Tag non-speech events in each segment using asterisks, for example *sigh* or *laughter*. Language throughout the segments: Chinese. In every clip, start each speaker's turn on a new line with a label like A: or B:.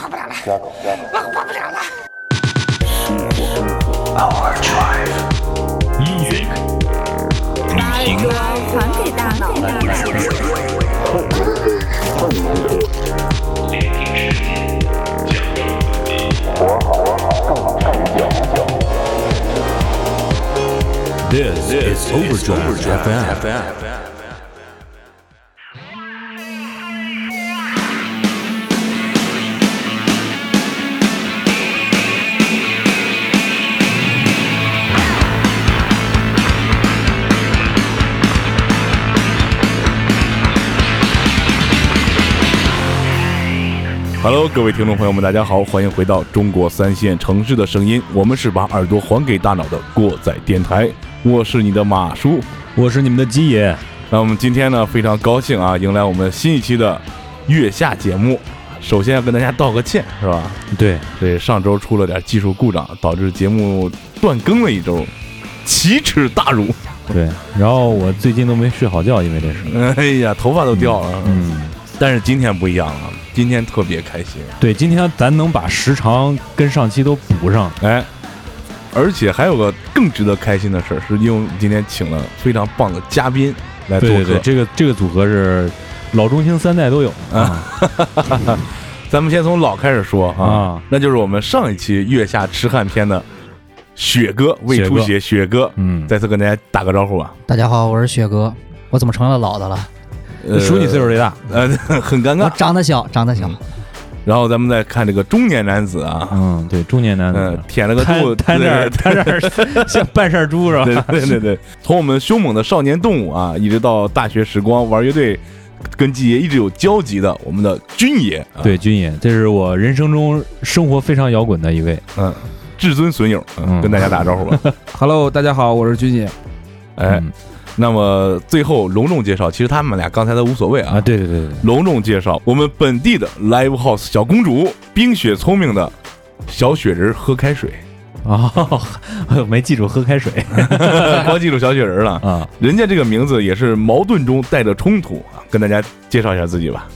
A: 加狗，加狗，
B: 我活不了了。
C: 把耳朵还给大脑，
D: This is Overdrive FM. 哈喽，各位听众朋友们，大家好，欢迎回到中国三线城市的声音，我们是把耳朵还给大脑的过载电台，我是你的马叔。
E: 我是你们的鸡爷，
D: 那我们今天呢，非常高兴啊，迎来我们新一期的月下节目。首先要跟大家道个歉，是吧？
E: 对，
D: 对，上周出了点技术故障，导致节目断更了一周，奇耻大辱。
E: 对，然后我最近都没睡好觉，因为这事。
D: 哎呀，头发都掉了。
E: 嗯，
D: 但是今天不一样了，今天特别开心。
E: 对，今天咱能把时长跟上期都补上，
D: 哎，而且还有个更值得开心的事儿，是因为我们今天请了非常棒的嘉宾来做
E: 对
D: 客。
E: 对对，这个这个组合是老中青三代都有啊，
D: 咱们先从老开始说啊，
E: 啊
D: 那就是我们上一期月下痴汉篇的雪哥胃出血，雪哥，
E: 嗯
D: 再次跟大家打个招呼啊吧。
F: 大家好，我是雪哥。我怎么成了老的了？
D: 呃
E: 数你岁数，啊最大，
D: 呃， *laughs* 很尴
F: 我
D: 尬。
F: 长得小，长得小。
D: 然后咱们再看这个中年男子啊，
E: 嗯，对，中年
D: 嗯、
E: 男子，呃
D: 舔了个肚
E: 摊
D: 子，
E: 摊这儿摊这儿 *laughs* 像半扇猪是
D: 对
E: 吧？
D: 对对对，从我们凶猛的少年动物啊，一直到大学时光玩乐队，跟季爷一直有交集的我们的军爷，啊、
E: 对，军爷，这是我人生中生活非常摇滚的一位，
D: 嗯，至尊损友，嗯，
E: 嗯
D: 跟大家打招呼吧。
G: Hello，大家好，我是军姐。
D: 哎，
E: 嗯
D: 那么最后隆重介绍，其实他们俩刚才都无所谓啊
E: 啊，，对对对对，
D: 隆重介绍我们本地的 Live House 小公主，冰雪聪明的小雪人喝开水， *laughs*
E: 哦， *laughs* 没记住喝开水
D: 光记住小雪人了。
E: 啊，
D: 人家这个名字也是矛盾中带着冲突啊，跟大家介绍一下自己吧。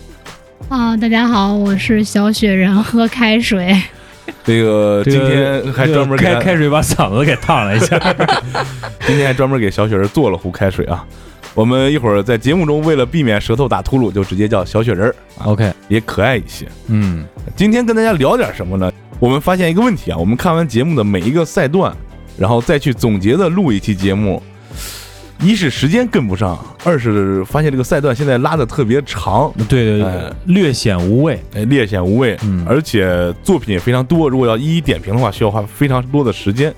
H: 啊，大家好，我是小雪人，喝开水。 *laughs*
D: 这个今
E: 这个
D: 天还专门给
E: 开
D: 他
E: 开水把嗓子给烫了一 *laughs* 下，
D: *laughs* 今天还专门给小雪人做了壶开水啊。我们一会儿在节目中为了避免舌头打秃噜，就直接叫小雪人儿啊，
E: OK，
D: 也可爱一些。
E: 嗯，
D: 今天跟大家聊点什么呢？我们发现一个问题啊，我们看完节目的每一个赛段，然后再去总结的录一期节目，一是时间跟不上，二是发现这个赛段现在拉的特别长，
E: 对对
D: 哎
E: 对，略显无味。
D: 哎略显无味，
E: 嗯
D: 而且作品也非常多，如果要一一点评的话，需要花非常多的时间。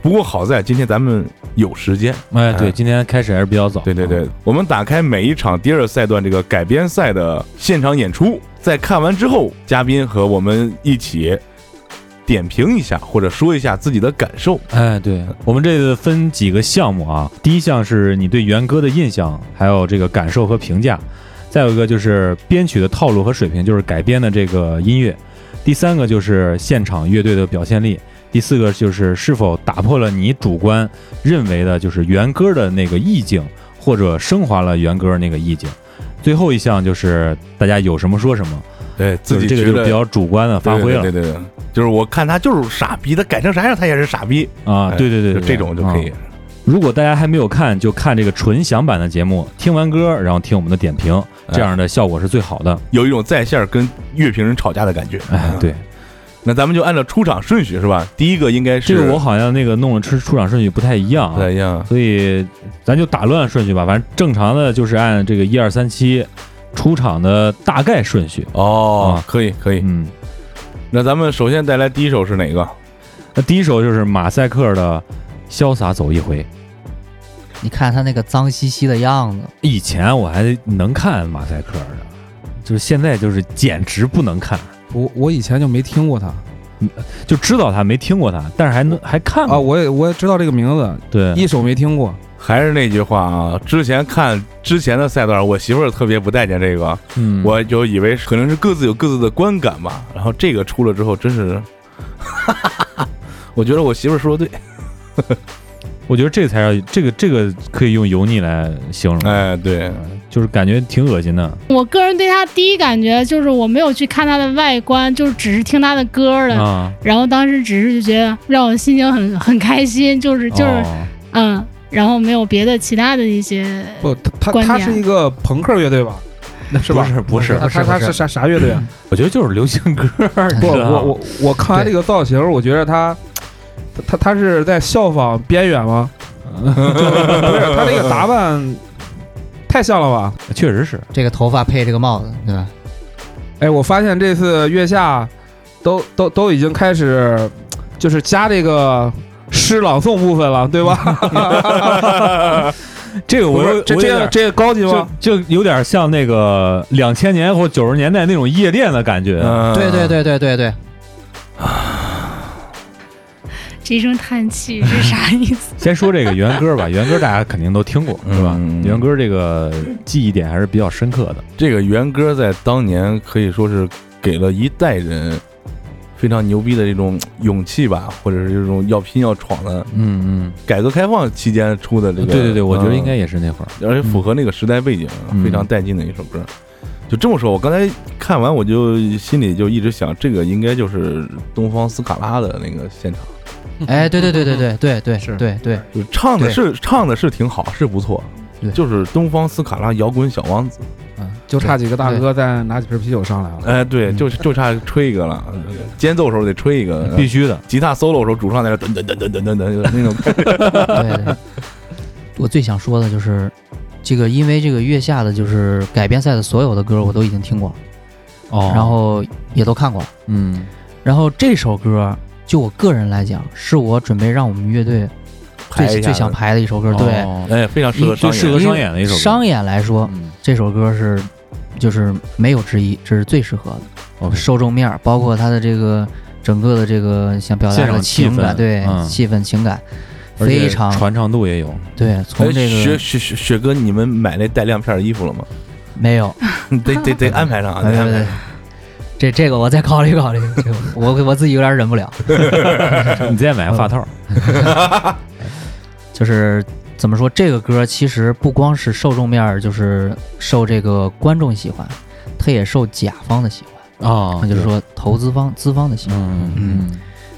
D: 不过好在今天咱们有时间，
E: 哎，
D: 哎
E: 对，今天开始还是比较早。嗯
D: 对对对，我们打开每一场第二赛段这个改编赛的现场演出，在看完之后，嘉宾和我们一起点评一下，或者说一下自己的感受。
E: 哎，对我们这次分几个项目啊，第一项是你对原歌的印象，还有这个感受和评价；再有一个就是编曲的套路和水平，就是改编的这个音乐；第三个就是现场乐队的表现力；第四个就是是否打破了你主观认为的，就是原歌的那个意境，或者升华了原歌那个意境；最后一项就是大家有什么说什么，
D: 对自己
E: 就是这
D: 觉
E: 个就
D: 得
E: 比较主观的发挥了
D: 对对对对，就是我看他就是傻逼，他改成啥样他也是傻逼
E: 啊
D: 哎，
E: 对对对，
D: 就
E: 对
D: 这种就可以。
E: 啊如果大家还没有看，就看这个纯享版的节目，听完歌然后听我们的点评，这样的效果是最好的。
D: 有一种在线跟乐评人吵架的感觉。
E: 哎，对，
D: 那咱们就按照出场顺序是吧？第一个应该是哎
E: 这个我好像那个弄了出出场顺序不太一样
D: 不
E: 啊
D: 太，一样，
E: 所以咱就打乱顺序吧。反正正常的就是按这个一二三七出场的大概顺序。
D: 哦
E: 啊，
D: 可以可以。
E: 嗯，
D: 那咱们首先带来第一首是哪个？
E: 那第一首就是马赛克的《潇洒走一回》。
F: 你看他那个脏兮兮的样子，
E: 以前我还能看马赛克的，就是现在就是简直不能看，
G: 我我以前就没听过他
E: 就知道他没听过他，但是还能还看
G: 啊，
E: 过。
G: 我也我也知道这个名字，
E: 对，
G: 一首没听过。
D: 还是那句话啊，之前看之前的赛段，我媳妇儿特别不待见这个，
E: 嗯
D: 我就以为可能是各自有各自的观感吧。然后这个出了之后，真是，哈哈哈我觉得我媳妇儿说的对，
E: 我觉得这才叫这个这个可以用油腻来形容，
D: 哎，对，
E: 就就是感觉挺恶心的。
H: 我个人对他第一感觉就是我没有去看他的外观，就是只是听他的歌儿了。
E: 啊，
H: 然后当时只是就觉得让我心情很很开心，就是就是、
E: 哦
H: 嗯，然后没有别的其他的一些
A: 不，他他
H: 观
A: 他
H: 点
A: 是一个朋克乐队吧？那是吧？
E: 不是不是，嗯啊
A: 他他他
F: 不是
A: 是啥啥乐队啊？
E: 我觉得就是流行歌儿，你
A: 不，
E: 知道吗
A: 我我我看完这个造型，我觉得他他他他是在效仿边远吗？ *laughs* 不是，他这个打扮太像了吧？
E: 确实是
F: 这个头发配这个帽子，对吧？
A: 哎，我发现这次月下都都都已经开始就是加这个诗朗诵部分了，对吧？
E: 这 *laughs* 个我
A: 不
E: 有
A: 是这
E: 我有
A: 这
E: 点
A: 这个高级
E: 就
A: 吗？
E: 就有点像那个两千年或九十年代那种夜店的感觉。
D: 嗯
F: 对对，对对对对，
H: 这声叹气
E: *laughs*
H: 是啥意思？
E: 先说这个原歌吧，原歌大家肯定都听过，是吧
D: 嗯？
E: 原歌这个记忆点还是比较深刻的。
D: 这个元歌在当年可以说是给了一代人非常牛逼的这种勇气吧，或者是这种要拼要闯的。
E: 嗯
D: 改革开放期间出的这
E: 嗯，
D: 个，
E: 对对对，我觉得
D: 嗯
E: 应该也是那会儿。
D: 而且符合那个时代背景，
E: 嗯
D: 非常带劲的一首歌。就这么说，我刚才看完我就心里就一直想，这个应该就是东方斯卡拉的那个现场，
E: 嗯
F: 哎，对对对对对对对，
A: 是
F: 对对， *laughs*
D: 就是唱的
F: 对
D: 是唱的是挺好，是不错
F: 对，
D: 就是东方斯卡拉摇滚小王子。
A: 嗯就差几个大哥再拿几瓶啤酒
D: *laughs*
A: 上
F: 嗯
A: 来了。
D: 哎，对，就就差吹一个了，间奏时候得吹一
F: 嗯
D: 个，呃
E: 必须的，
D: 吉他 solo 时候主唱在那噔噔噔噔噔噔噔那种感觉。
F: 对对，我最想说的就是，这个因为这个月下的就是改编赛的所有的歌我都已经听过了，
E: 哦，
F: 然后也都看过了。
E: 嗯，
F: 然后这首歌，就我个人来讲，是我准备让我们乐队
D: 排一下
F: 最
D: 子
F: 最想排的一首歌。对，
E: 哦
D: 哎，非常适合
E: 最
D: 商
E: 适
D: 演。
E: 合商演的一首歌。
F: 商演来说，
E: 嗯
F: 这首歌是就是没有之一，这是最适合的。
E: ，OK
F: 受众面儿，包括它的这个整个的这个想表达
E: 现
F: 的
E: 场气
F: 情感，
E: 氛
F: 对、
E: 嗯
F: 气氛情感
E: 而且
F: 非常
E: 传唱度也有。
F: 对。从
D: 哎
F: 这
D: 雪
F: 个
D: 雪雪雪哥，你们买那带亮片的衣服了吗？
F: 没有，
E: 哎
D: 得得得安排上啊！
F: 对
D: 得安
F: *laughs* 对
D: 排
F: 对
D: 上。，
F: 这这个我再考虑考虑， *laughs* 这个我我自己有点忍不了。
E: 你再买个发套，
F: 就是怎么说，这个歌其实不光是受众面儿，就是受这个观众喜欢，它也受甲方的喜欢，
E: 啊
F: 那就是，说投资方资方的喜欢。
E: 嗯嗯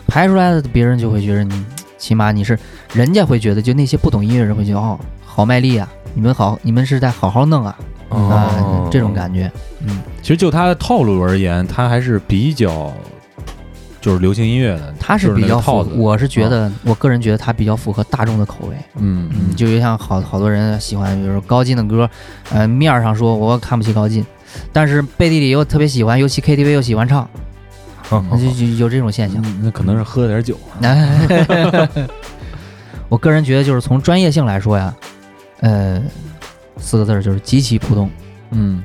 F: 排出来的别人就会觉得你，起码你是人家会觉得，就那些不懂音乐人会觉得哦，好卖力啊，你们好，你们是在好好弄啊、
D: 哦
F: 啊，这种感觉。
E: 嗯，其实就他的套路而言，他还是比较就是流行音乐的，
F: 它
E: 就是那
F: 比
E: 个
F: 较符
E: 套子，，
F: 我是觉得、我个人觉得它比较符合大众的口味。
E: 嗯
F: 嗯，
E: 嗯，
F: 就像好好多人喜欢，比如说高进的歌，呃，面儿上说我看不起高进，但是背地里又特别喜欢，尤其 KTV 又喜欢唱，
D: 好好
F: 就
D: 好
F: 就有这种现象。
E: 嗯那可能是喝了点酒，
F: *laughs* 我个人觉得，就是从专业性来说呀，呃，四个字儿就是极其普通。
E: 嗯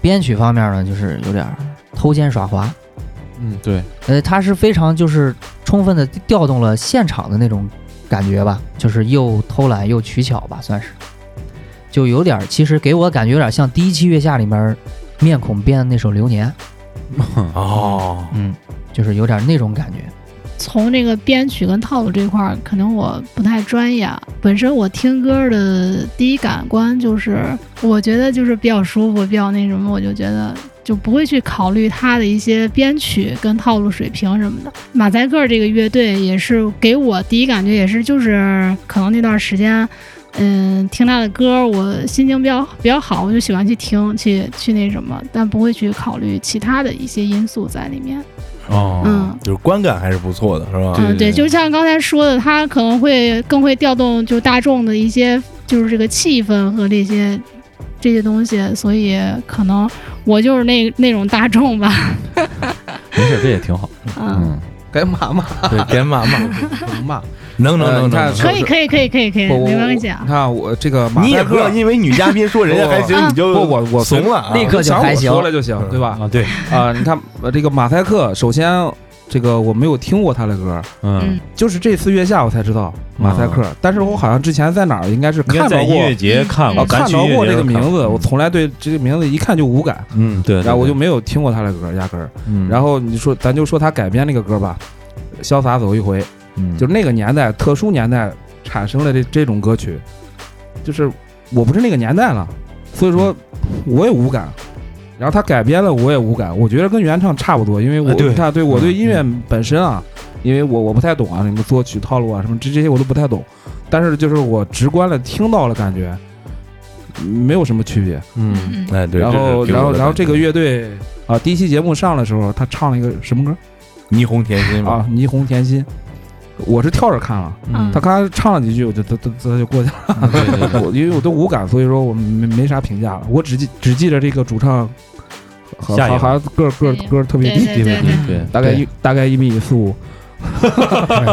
F: 编曲方面呢，就是有点儿偷奸耍滑，
E: 嗯，对，
F: 呃，它是非常就是充分的调动了现场的那种感觉吧，就是又偷懒又取巧吧，算是，就有点儿，其实给我感觉有点像第一期月下里面儿面孔变的那首《流年》，
D: 哦，
F: 嗯，就是有点儿那种感觉。
H: 从这个编曲跟套路这块儿，可能我不太专业啊。本身我听歌的第一感官就是，我觉得就是比较舒服，比较那什么，我就觉得就不会去考虑他的一些编曲跟套路水平什么的。马赛克这个乐队也是给我第一感觉也是，就是可能那段时间。嗯，听他的歌，我心情比较比较好，我就喜欢去听，去去那什么，但不会去考虑其他的一些因素在里面。
E: 哦
H: 嗯，
D: 就是观感还是不错的，是吧？
H: 嗯，对，就像刚才说的，它可能会更会调动就大众的一些就是这个气氛和这些这些东西，所以可能我就是那那种大众吧，
E: 没事，这也挺好，
H: 嗯，
E: 嗯，
A: 该骂骂
D: *laughs* 对，别骂骂，
F: *laughs*
A: 骂，
D: 能能
A: 呃
D: 能
A: 你看
D: 能。
H: 可以可以可以可以可以，
A: 我我
H: 没关系啊
A: 你，看我这个马
D: 你
A: 赛
D: 也不
A: 克
D: 要，因为女嘉宾说人家还行，你就
A: 不我我
D: 怂了啊
F: 立刻就
A: 想
F: 还
A: 我
F: 行
A: 说了就行，对吧？
E: 啊对，
A: 啊、你看呃这个马赛克，首先这个我没有听过他的歌，
E: 嗯，
A: 就是这次月下我才知道马赛克，但是我好像之前在哪儿应该是
E: 应
A: 看
E: 该在
A: 到
E: 音
A: 过，
E: 乐节看过，
A: 我啊看到过这个名字，我
E: 从
A: 从来对这个名字一看就无感，
E: 嗯对，
A: 然后我就没有听过他的歌，压根儿。
E: 嗯，
A: 然后你说咱就说他改编那个歌吧，《潇洒走一回》，
E: 嗯
A: 就是那个年代特殊年代产生了这这种歌曲，就是我不是那个年代了。所以说我也无感。然后他改编了，我也无感，我觉得跟原唱差不多，因为
D: 哎
A: 我
E: 啊对
A: 他对我对
E: 嗯
A: 音乐本身啊，因为我我不太懂啊，什么作曲套路啊，什么这这些我都不太懂，但是就是我直观的听到了，感觉没有什么区别。
E: 嗯，
H: 嗯，
D: 哎，对，
A: 然
D: 这是
A: 后，
D: 给
A: 然后，
D: 我的
A: 然
D: 感觉
A: 后这个乐队啊，第一期节目上的时候，他唱了一个什么歌
D: 霓虹甜心嘛，
A: 啊？《霓虹甜心》，我是跳着看了，
E: 嗯
A: 他刚才唱了几句，我就他他他就过去了，
E: 对对对
A: *laughs* 我因为我都无感，所以说我没没啥评价了，我只记只记得这个主唱好
E: 夏
A: 好
E: 颖
A: 像个个个特别
H: 对
A: 低，
H: 对对对，
E: 对，
A: 大概一大概一米四五，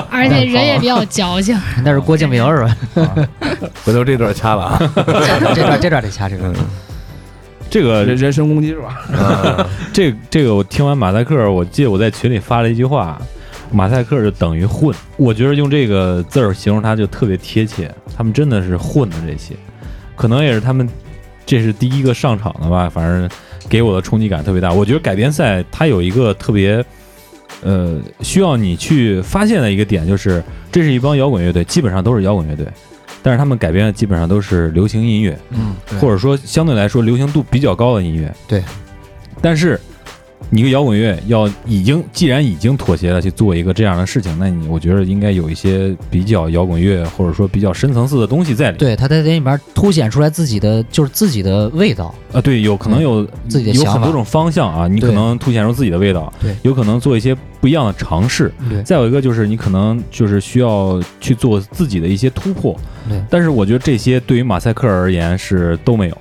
H: 而且人也比较矫情，
F: 那是郭敬明是吧？
D: 回头这段掐了
A: *laughs*
D: 啊，
F: *laughs* 这段这段得掐这个
D: 嗯，
E: 这个
A: 人人身攻击是吧？
D: 啊
E: 这这个我听完马赛克，我记得我在群里发了一句话，马赛克就等于混。我觉得用这个字儿形容他就特别贴切，他们真的是混的这些，可能也是他们这是第一个上场的吧，反正给我的冲击感特别大。我觉得改编赛它有一个特别。呃，需要你去发现的一个点就是，这是一帮摇滚乐队，基本上都是摇滚乐队，但是他们改编的基本上都是流行音乐，
A: 嗯，
E: 或者说相对来说流行度比较高的音乐。
F: 对，
E: 但是你一个摇滚乐要已经既然已经妥协了去做一个这样的事情，那你我觉得应该有一些比较摇滚乐或者说比较深层次的东西在里面。
F: 对，他在这里面凸显出来自己的就是自己的味道，
E: 啊，对，有可能有、
F: 嗯自己的
E: 有
F: 想
E: 很多
F: 法
E: 种方向啊，你
F: 对
E: 可能凸显出自己的味道，
F: 对
E: 有可能做一些不一样的尝试。
F: 对
E: 再有一个就是你可能就是需要去做自己的一些突破，
F: 对
E: 但是我觉得这些对于马赛克而言是都没有。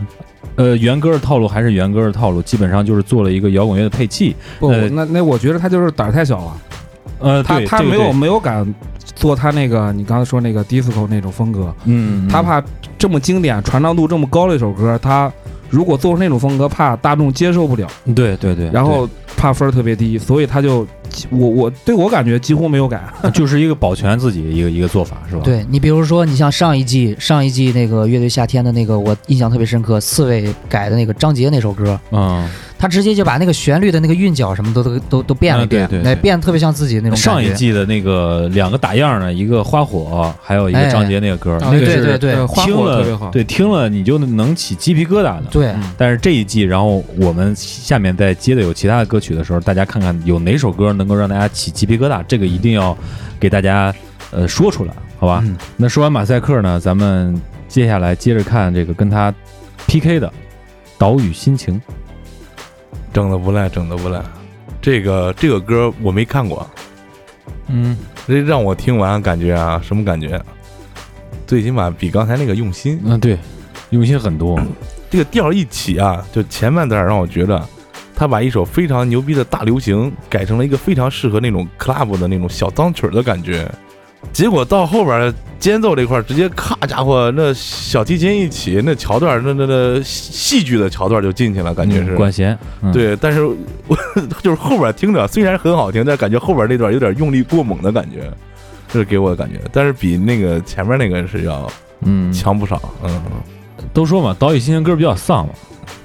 F: 嗯
E: 呃，原歌的套路还是原歌的套路，基本上就是做了一个摇滚乐的配器。
A: *laughs* 不，
E: 呃
A: 那那我觉得他就是胆儿太小了，
E: 呃，
A: 他
E: 对
A: 他
E: 这个
A: 没有
E: 对
A: 没有敢做他那个你刚才说那个 disco 那种风格，
E: 嗯，嗯
A: 他怕这么经典、传唱度这么高的一首歌，他如果做成那种风格，怕大众接受不了，
E: 对对对， *laughs*
A: 然后怕分儿特别低，所以他就我我对我感觉几乎没有改。
E: 对就是一个保全自己一个一个做法是吧？，
F: 对你比如说，你像上一季上一季那个乐队夏天的那个，我印象特别深刻，刺猬改的那个张杰那首歌，
E: 嗯，
F: 他直接就把那个旋律的那个韵脚什么都都都都变了一遍
E: 啊，对对
F: 哎
E: 对
F: 变得特别像自己那种
E: 上一
F: 感觉。
E: 季的那个两个打样的，一个花火，还有一个
F: 哎
E: 张杰那个歌，
F: 对对对对
A: 呃花
E: 听
A: 火
E: 了
A: 特别好。
E: 对听了你就能起鸡皮疙瘩的。
F: 对
A: 嗯，
E: 但是这一季，然后我们下面再接着有其他的歌曲的时候，大家看看有哪首歌能够让大家起鸡皮疙瘩，这个一定要给大家呃说出来，好吧？
F: 嗯
E: 那说完马赛克呢，咱们接下来接着看这个跟他 PK 的《岛屿心情》。
D: 整的不赖，整的不赖。这个这个歌我没看过，
E: 嗯，
D: 这让我听完感觉啊，什么感觉？最起码比刚才那个用心。
E: 嗯，对，用心很多。
D: 这个调儿一起啊，就前半段让我觉得，他把一首非常牛逼的大流行改成了一个非常适合那种 club 的那种小脏曲儿的感觉。结果到后边儿间奏这块儿，直接咔家伙，那小提琴一起，那桥段儿，那那那戏戏剧的桥段儿就进去了，感觉
E: 嗯
D: 是。
E: 管弦，嗯，
D: 对，但是我就是后边听着虽然很好听，但感觉后边那段有点用力过猛的感觉，这是给我的感觉。但是比那个前面那个是要
E: 嗯，
D: 强不少。嗯
E: 都说嘛，《岛屿心情》歌比较丧嘛，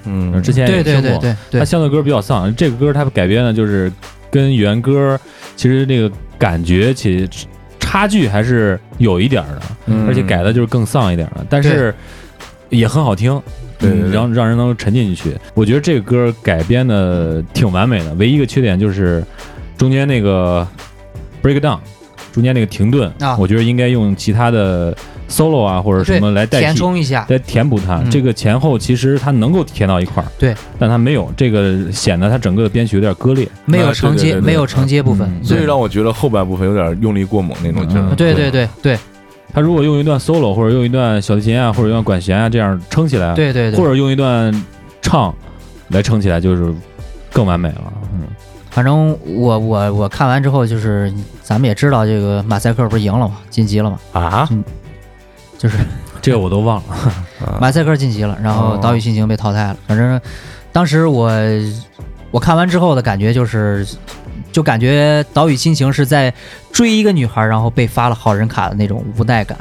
D: 嗯，
E: 之前也
F: 对对
E: 听
F: 对
E: 过
F: 对
E: 它
F: 对，
E: 相对歌比较丧，这个歌它改编的就是跟原歌其实那个感觉其实差距还是有一点儿的，
D: 嗯
E: 而且改的就是更丧一点儿的，但是也很好听。
D: 对对
E: 嗯
D: 对
E: 让让人能沉浸进去。我觉得这个歌改编的挺完美的，唯一一个缺点就是中间那个 breakdown，中间那个停顿，
F: 啊
E: 我觉得应该用其他的 solo 啊或者什么来代替。
F: 填充一下，
E: 来填补它。
F: 嗯
E: 这个前后其实它能够填到一块儿，
F: 对，
E: 但它没有，这个显得它整个的编曲有点割裂。
F: 没有
D: 啊对
F: 承
D: 对对
F: 接
D: 对
F: 没有承接部分
E: 嗯，
D: 所以让我觉得后半部分有点用力过猛那种劲儿。
E: 嗯
F: 对对对对
E: 它如果用一段 solo 或者用一段小提琴啊，或者用一段管弦啊这样撑起来，，
F: 对对对，
E: 或者用一段唱来撑起来，就是更完美了。嗯，
F: 反正我我我看完之后，就是咱们也知道这个马赛克不是赢了嘛，晋级了嘛，
D: 啊，
F: 就是
E: 这个我都忘了。
F: 马赛克晋级了，然后
D: 哦
F: 岛屿心情被淘汰了。反正当时我我看完之后的感觉就是，就感觉岛屿心情是在追一个女孩，然后被发了好人卡的那种无
E: *laughs*
F: 奈感，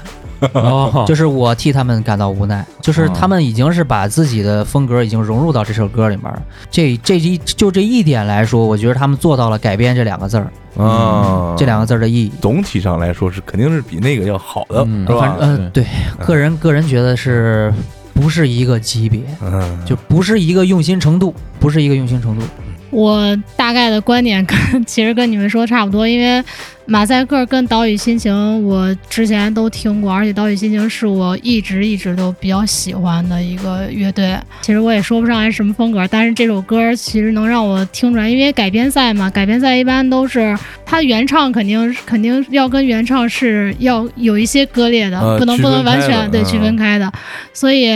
E: 哦，
F: 就是我替他们感到无奈，就是
E: 哦
F: 他们已经是把自己的风格已经融入到这首歌里面了。这这一就这一点来说，我觉得他们做到了“改编”这两个字儿，
E: 哦
D: 啊，
F: 嗯这两个字儿的意义。
D: 总体上来说是肯定是比那个要好的，
E: 嗯
D: 是
F: 反正
D: 吧？
F: 呃，对，个人个人觉得是不是一个级别，
D: 嗯，
F: 就不是一个用心程度，不是一个用心程度。
H: 我大概的观点跟其实跟你们说差不多，因为马赛克跟岛屿心情我之前都听过，而且岛屿心情是我一直一直都比较喜欢的一个乐队。其实我也说不上来什么风格，但是这首歌其实能让我听出来，因为改编赛嘛，改编赛一般都是它原唱肯定肯定要跟原唱是要有一些割裂的，
D: 呃
H: 不能
D: 区
H: 不
D: 分
H: 能完
D: 开的
H: 全对区
D: 嗯
H: 分开的，所以。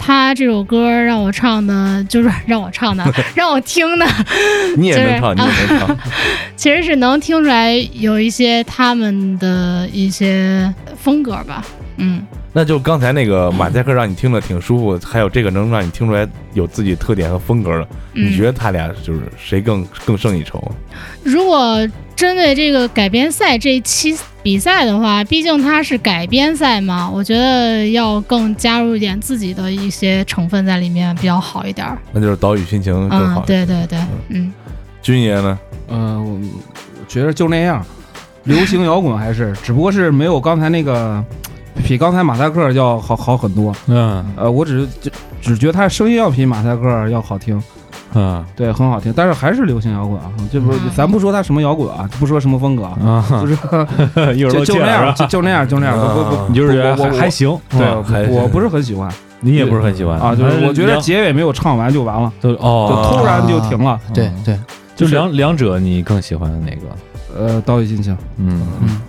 H: 他这首歌让我唱的，就是让我唱的，让我听的，
D: 你也
H: 就是
D: 能唱，你也能唱，
H: *laughs* 其实是能听出来有一些他们的一些风格吧。嗯，
D: 那就刚才那个马赛克让你听着挺舒服，还有这个能让你听出来有自己特点和风格的，
H: 嗯
D: 你觉得他俩就是谁更更胜一筹？啊
H: 如果针对这个改编赛这一期比赛的话，毕竟它是改编赛嘛，我觉得要更加入一点自己的一些成分在里面比较好一点儿。
D: 那就是岛屿心情更
H: 嗯
D: 好，。
H: 对对对，嗯，
D: 军爷呢？
G: 嗯，我我觉得就那样，流行摇滚还是，只不过是没有刚才那个，比刚才马赛克要好好很多。
E: 嗯
G: 呃，我只是只只觉得他声音要比马赛克要好听，
E: 嗯
G: 对，很好听，但是还是流行摇滚啊。这不是
H: 嗯
G: 咱不说他什么摇滚啊，不说什么风格啊，
E: 啊
G: 就，是
E: *laughs* 一会儿
G: 就
E: 都
G: 就
E: 见
G: 那
E: 了
G: 样，
E: 是吧
G: 就就那样，就那样。不不
D: 啊
G: 不，
E: 你就是觉得
G: 我我
E: 还还行，嗯
D: 还
G: 对，
D: 是
G: 我不是很喜欢
E: 你也不是很喜欢
G: 啊，就是我觉得
E: 两
G: 结尾没有唱完就完了，
E: 都
G: 就
E: 哦，
G: 突然就停了。
F: 对
E: 嗯
F: 对，
E: 就
G: 就是
E: 两两者你更喜欢哪个？
G: 呃，岛屿心情，
E: 嗯
F: 嗯，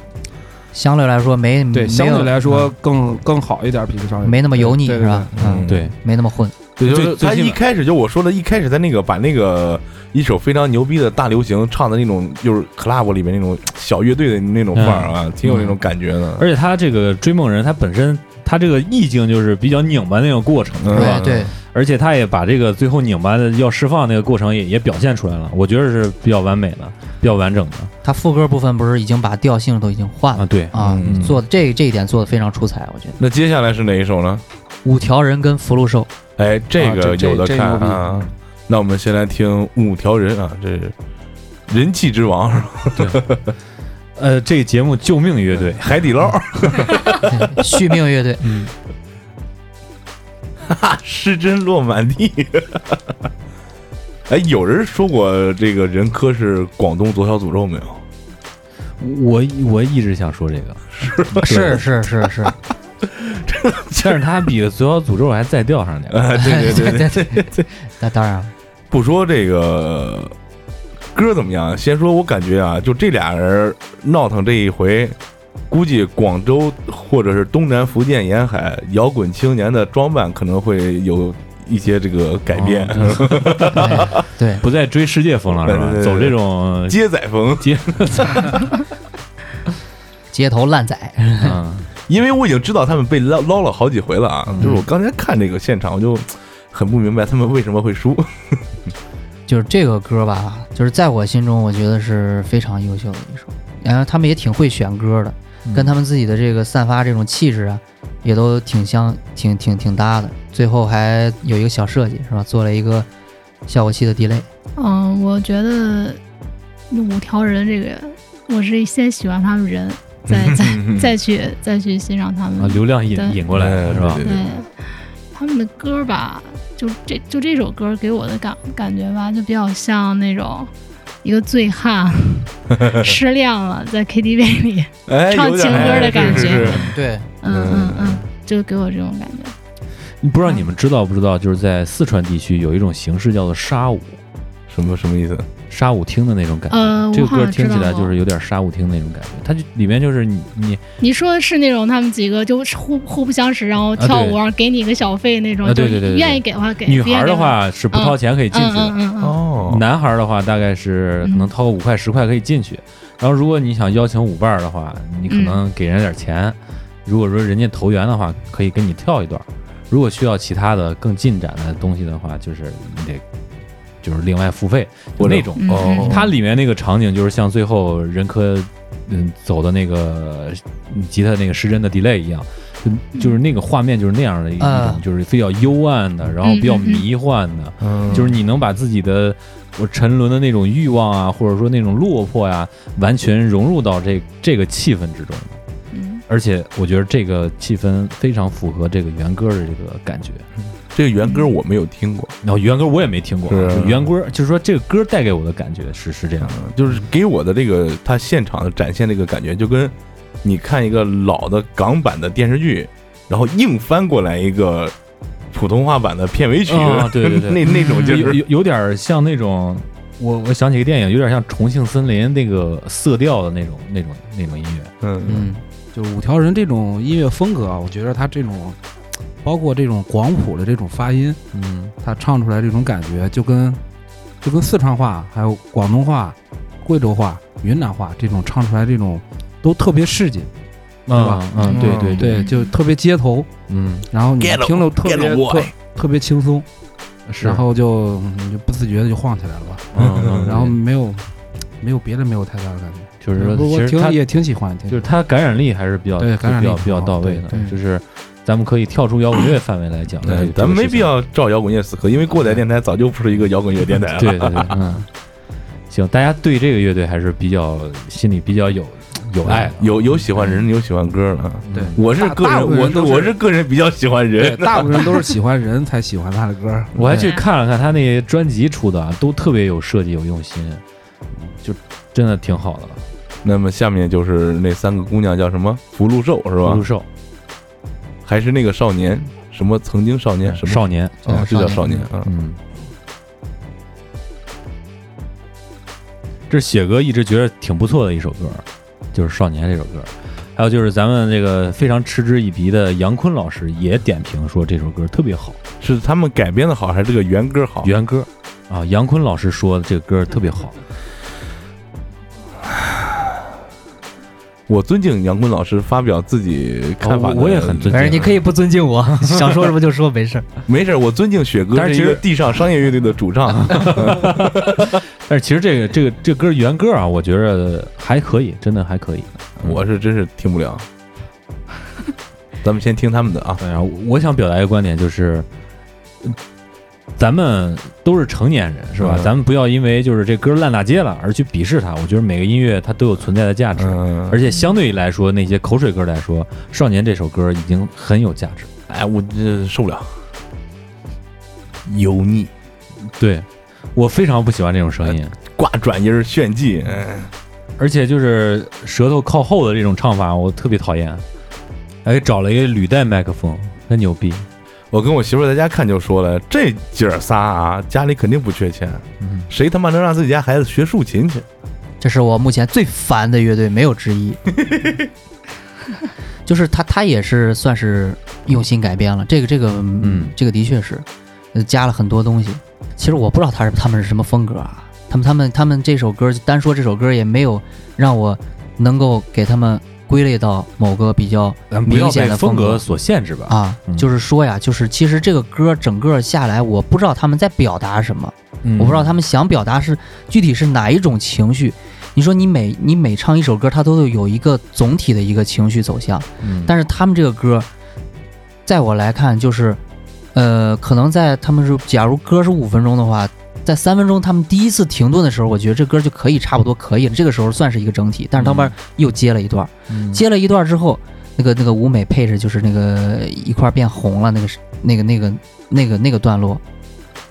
F: 相对来说没没
G: 对，
F: 有
G: 相对来说更更好一点，比不上
F: 没那么油腻是吧？
D: 嗯
F: 嗯，
E: 对，
F: 没那么混。
D: 对，就是
E: 最最
D: 他
E: 近
D: 一开始就我说的，一开始他那个把那个一首非常牛逼的大流行唱的那种，就是 club 里面那种小乐队的那种范儿
G: 嗯
D: 啊，挺有那种感觉的，
E: 而且他这个追梦人，他本身他这个意境就是比较拧巴那种过程，
D: 嗯
E: 是吧？
F: 对对，
E: 而且他也把这个最后拧巴的要释放那个过程也也表现出来了，我觉得是比较完美的，比较完整的
F: 他副歌部分不是已经把调性都已经换
E: 啊。
F: 了
E: 对，
F: 啊？
D: 嗯
F: 做这这一点做的非常出彩，我觉得。
D: 那接下来是哪一首呢？
F: 五条人跟福禄寿，
D: 哎，这
G: 啊
D: 个
G: 这这
D: 有的
G: 这
D: 看
G: 牛逼
D: 啊。那我们先来听五条人啊，这是人气之王， *laughs* 是吧
E: 呃，这个节目救命乐队，
D: 海底
G: 嗯
D: 捞
F: 续命乐队，
E: 嗯，
D: 啊失真落满地。 *laughs* 哎，有人说过这个人科是广东左小诅咒
G: *laughs*
D: 没有？ *laughs*
E: 我我一直想说这 *laughs* 个，
F: *laughs* 是是是是，
E: 但是他比《左小诅咒》还再调上点儿，
D: 啊，对对对对，
F: *laughs* 对对对，那当然了，
D: 不说这个呃歌怎么样，先说我感觉啊，就这俩人闹腾这一回，估计广州或者是东南福建沿海摇滚青年的装扮可能会有一些这个改变， *laughs*
E: 哦
F: 哎对，
E: *laughs* 不再追世界风了是吧
D: 对？对对对
E: 走这种
D: 街仔风。
F: 街头烂仔，
E: 嗯
D: 因为我已经知道他们被捞捞了好几回了啊，就是我刚才看这个现场，我就很不明白他们为什么会输。 *laughs*
F: 就是这个歌吧，就是在我心中，我觉得是非常优秀的一首。然后他们也挺会选歌的，跟他们自己的这个散发这种气质啊，也都挺相挺挺挺搭的。最后还有一个小设计是吧？做了一个效果器的 delay，
H: 嗯，我觉得五条人这个，我是先喜欢他们人，再
D: *laughs*
H: 再再去再去欣赏他们
E: 啊，流量引
H: 对
E: 引过来的是吧？
D: 对
H: 对，他们的歌吧，就这就这首歌给我的感感觉吧，就比较像那种一个醉
E: *laughs*
H: 汉失恋了，在 KTV 里，
D: 哎，
H: 唱
D: 有点
H: 情歌的感
D: 哎
H: 觉
D: 是是是
F: 对，
H: 嗯
D: 嗯
H: 嗯嗯，就给我这种感觉。
E: 不知道你们知道不知道？就是在四川地区有一种形式叫做沙舞，
D: 什么什么意思？
E: 沙舞厅的那种感觉。
H: 呃，
E: 这个
H: 我好
E: 歌
H: 像知
E: 听
H: 道
E: 起来
H: 过
E: 就是有点沙舞厅那种感觉，它就里面就是你你
H: 你说的是那种他们几个就互互不相识，然后
E: 啊
H: 跳
E: 对
H: 舞，然后给你一个小费那种，
E: 啊
H: 就
E: 对
H: 是
E: 对对对
H: 愿意给的话给，
E: 女
H: 不愿
E: 孩
H: 意
E: 的
H: 给
E: 话是不掏钱可以
H: 不
E: 进
H: 给，
E: 去的，
H: 嗯嗯嗯嗯，嗯
D: 哦，
E: 男孩的话大概是可能掏个五块十块可以进去，然后如果你想邀请舞伴儿的话，你可
H: 嗯
E: 能给人家点钱，如果说人家投缘的话，可以跟你跳一段儿。如果需要其他的更进展的东西的话，就是你得就是另外付费，
D: 我
E: 我
D: 了
E: 那种。
H: 嗯
D: 哦
H: 嗯
E: 它里面那个场景就是像最后任科嗯走的那个嗯吉他那个失真的 delay 一样，就就是那个画面就是那样的一一
F: 啊
E: 种，就是比较幽暗的，然后比较
H: 嗯嗯嗯
E: 迷幻的，
D: 嗯
E: 就是你能把自己的我沉沦的那种欲望啊，或者说那种落魄呀、完全融入到这这个气氛之中。
H: 嗯
E: 而且我觉得这个气氛非常符合这个元歌的这个感觉。
D: 这个原歌我没有听过，
E: 然后元歌我也没听过啊，
D: 是
E: 就元歌就是说这个歌带给我的感觉是是这样的。
D: 嗯就是给我的这个他现场的展现这个感觉，就跟你看一个老的港版的电视剧，然后硬翻过来一个普通话版的片尾曲，
E: 啊对对
D: *laughs*
E: 对
D: 那那种劲
E: 有
D: 儿，
E: 有有点像那种，我我想起个电影，有点像《重庆森林》那个色调的那种那种那种音乐。
D: 嗯，
F: 嗯，
G: 就是五条人这种音乐风格啊，我觉得他这种，包括这种广谱的这种发音，
E: 嗯，
G: 他唱出来这种感觉，就跟就跟四川话、还有广东话、贵州话、云南话这种唱出来这种都特别市井，
E: 啊
G: 吧
E: 嗯，对对对，
G: 对，
H: 嗯
G: 就特别街头，
E: 嗯
G: 然后你
D: Get
G: 听了特别特
D: get away
G: 特别轻松，
E: 是，
G: 然后就嗯你就不自觉的就晃起来了吧，
E: 嗯嗯，
G: 然后没有没有别的没有太大的感觉，
E: 就是说，
G: 不过
E: 其实
G: 挺
E: 他
G: 也挺喜欢，挺
E: 就是他感染力还是比较
G: 对感染力
E: 比较比较
G: 挺好
E: 到位
G: 对
E: 的，
G: 对
E: 就是咱们可以跳出摇滚乐范围来讲，
D: 哎
E: 这个
D: 咱们没必。
E: 这个事情
D: 要照摇滚乐死磕，因为过载电台早就不是一个摇滚乐电台了。
E: 对对对， *laughs* 嗯，行，大家对这个乐队还是比较心里比较有有爱的，
D: 哎有有喜欢人，有喜欢歌的。啊。
E: 嗯
G: 对
D: 我是个
G: 大大部
D: 人，
G: 分人都
D: 我是
G: 是
D: 我是个人比较喜欢
G: 对
D: 人，
G: 大部分人都是喜欢人才喜欢他的
E: *laughs*
G: 歌，
E: 我还去
H: 对
E: 看了看他那些专辑出的啊，都特别有设计、有用心，就真的挺好的了。
D: *laughs* 那么下面就是那三个姑娘叫什么？福禄寿是吧
E: 入？寿
D: 还是那个少年？什么曾经少年？什么
E: 少年，
D: 啊？这叫少
F: 少
D: 年
F: 年
D: 啊！
E: 嗯，这是雪哥一直觉得挺不错的一首歌，就是《少年》这首歌。还有就是咱们这个非常嗤之以鼻的杨坤老师也点评说这首歌特别好，
D: 是他们改编的好，还是这个原歌好？
E: 原歌啊，杨坤老师说这个歌特别好，
D: 我尊敬杨坤老师发表自己看法
E: 哦
D: 的，
E: 我我也很尊
F: 反正
E: 敬。
F: 你可以不尊敬 *laughs* 我，想说什么就说，没事儿。
D: 没事，我尊敬雪哥
E: 但是
D: 是
E: 其
D: 一
E: 实
D: 个地上商业乐队的主
E: *laughs*
D: 唱。
E: 但是其实这个这个这歌原歌啊，我觉得还可以，真的还可以。
D: 我是真是听不了。咱们先听他们的啊，
E: 对，然后我想表达一个观点，就是，嗯咱们都是成年人，是吧？
D: 嗯
E: 咱们不要因为就是这歌烂大街了而去鄙视它。我觉得每个音乐它都有存在的价值，
D: 嗯，
E: 而且相对来说，那些口水歌来说，《少年》这首歌已经很有价值。
D: 哎，我这受不了，油腻。
E: 对我非常不喜欢这种声音，
F: 呃
D: 挂转音儿炫技，
E: 嗯
D: 哎
E: 而且就是舌头靠后的这种唱法，我特别讨厌。还找了一个履带麦克风，很牛逼。
D: 我跟我媳妇儿在家看就说了，这姐儿仨啊，家里肯定不缺钱，
E: 嗯，
D: 谁他妈能让自己家孩子学竖琴去？
F: 这是我目前最烦的乐队，没有之
E: *laughs*
F: 一。就是他，他也是算是用心改编了。这个，这个，
E: 嗯
F: 嗯，这个的确是，呃加了很多东西。其实我不知道他是他们是什么风格啊。他们，他们，他们这首歌单说这首歌也没有让我能够给他们归类到某个比较
E: 咱嗯们不要
F: 嗯明
E: 被
F: 显的
E: 风格
F: 格
E: 所限制吧？
F: 啊
E: 嗯。
F: 就是说呀，就是其实这个歌整个下来，我不知道他们在表达什么。
E: 嗯
F: 我不知道他们想表达是具体是哪一种情绪。你说你每你每唱一首歌，它都有一个总体的一个情绪走向，
E: 嗯
F: 但是他们这个歌，在我来看就是，呃，可能在他们是假如歌是五分钟的话，在三分钟他们第一次停顿的时候，我觉得这歌就可以差不多可以了，这个时候算是一个整体，但是他们又接了一段，
E: 嗯
F: 接了一段之后，那个那个舞美配置就是那个一块儿变红了，那个是那个那个那个那个段落，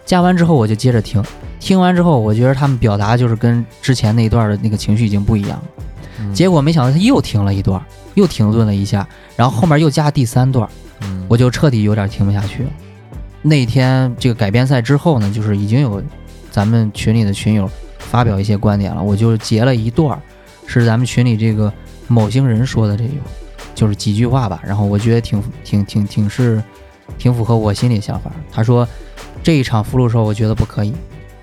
F: 加完之后我就接着听，听完之后我觉得他们表达就是跟之前那一段的那个情绪已经不一样了。
E: 嗯
F: 结果没想到他又停了一段，又停顿了一下，然后后面又加第三段，
E: 嗯
F: 我就彻底有点听不下去了。那天这个改编赛之后呢，就是已经有咱们群里的群友发表一些观点了，我就截了一段儿，是咱们群里这个某星人说的这种，就是几句话吧。然后我觉得挺挺挺挺是挺符合我心里想法。他说这一场俘虏兽，我觉得不可以。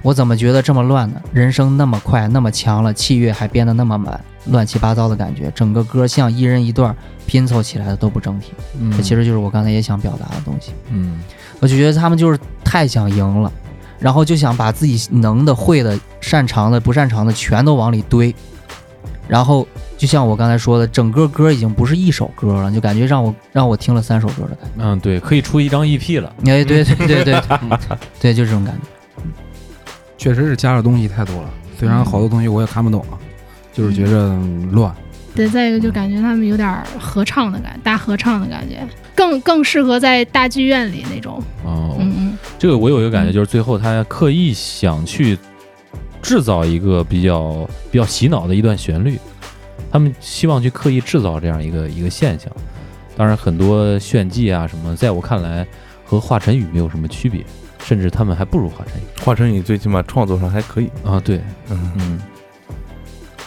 F: 我怎么觉得这么乱呢？人生那么快，那么强了，器乐还编得那么满，乱七八糟的感觉，整个歌像一人一段儿拼凑起来的都不整体。这其实就是我刚才也想表达的东西。
E: 嗯
F: 我就觉得他们就是太想赢了，然后就想把自己能的、会的、擅长的、不擅长的全都往里堆，然后就像我刚才说的，整个歌已经不是一首歌了，就感觉让我让我听了三首歌的感
E: 嗯，对，可以出一张 EP 了。
F: 觉。哎，对对对对对， *laughs* 对，就这种感觉。
G: 确实是加的东西太多了。虽然好多东西我也看不懂啊，就是觉着嗯乱，
H: 对，再一个就感觉他们有点儿合唱的感，大合唱的感觉，更更适合在大剧院里那种。
E: 哦，
H: 嗯嗯，
E: 这个我有一个感觉，就是最后他刻意想去制造一个比较比较洗脑的一段旋律，他们希望去刻意制造这样一个一个现象。当然，很多炫技啊什么，在我看来和华晨宇没有什么区别，甚至他们还不如华晨宇
D: 华晨宇最起码创作上还可以，
E: 啊。对，
D: 嗯，
E: 嗯，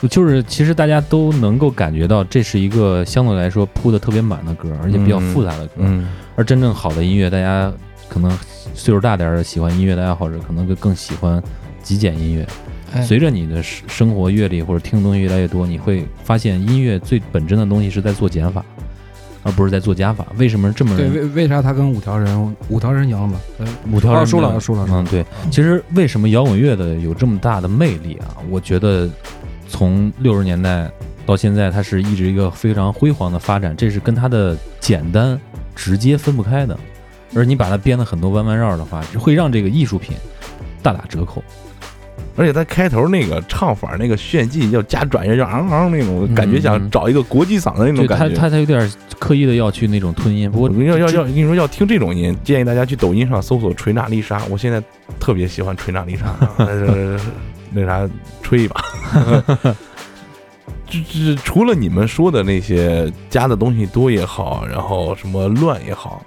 E: 就是其实大家都能够感觉到，这是一个相对来说铺的特别满的歌，而且比较复杂的歌。
D: 嗯，
E: 而真正好的音乐，大家可能岁数大点儿的喜欢音乐的爱好者，可能就更喜欢极简音乐。
F: 哎
E: 随着你的生生活阅历或者听的东西越来越多，你会发现音乐最本真的东西是在做减法，而不是在做加法。为什么这么
A: 对，为为啥他跟五条人五条人赢了嘛？呃
E: 五条人
A: 哦输了
E: 的
A: 输了输了
E: 嗯，对，其实为什么摇滚乐的有这么大的魅力啊？我觉得从六十年代到现在，它是一直一个非常辉煌的发展，这是跟它的简单直接分不开的。而你把它编了很多弯弯绕的话，会让这个艺术品大打折扣。
D: 而且他开头那个唱法、那个炫技要加转音，要昂昂那种感觉，
E: 嗯
D: 想找一个国际嗓的那种
E: 对它，
D: 感觉。
E: 它它有点刻意的要去那种吞音。不
D: 我
E: 过
D: 跟你要要
E: 这
D: 要，跟你说要听这种音，建议大家去抖音上搜索“锤娜丽莎”，我现在特别喜欢“锤娜丽莎”， *laughs* 呃那啥吹一把。 *laughs* 这这除了你们说的那些加的东西多也好，然后什么乱也好，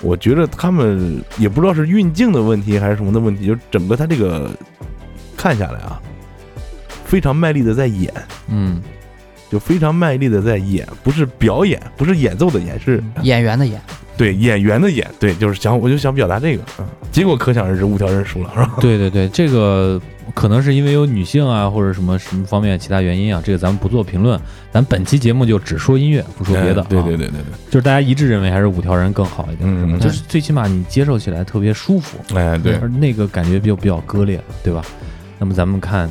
D: 我觉得他们也不知道是运镜的问题还是什么的问题，就整个他这个看下来啊，非常卖力的在演，
E: 嗯，
D: 就非常卖力的在演，不是表演，不是演奏的演，是
F: 演员的演，
D: 对演员的演，对，就是想我就想表达这个，嗯结果可想而知，五条人输了，是吧？
E: 对对对，这个可能是因为有女性啊，或者什么什么方面其他原因啊，这个咱们不做评论。咱本期节目就只说音乐，不说别的、啊
D: 嗯对对对对对，
E: 就是大家一致认为还是五条人更好一点，
D: 嗯
E: 是吗
D: 嗯
E: 就是最起码你接受起来特别舒服，
D: 哎对，
E: 而那个感觉就比较割裂了，对吧？那么咱们看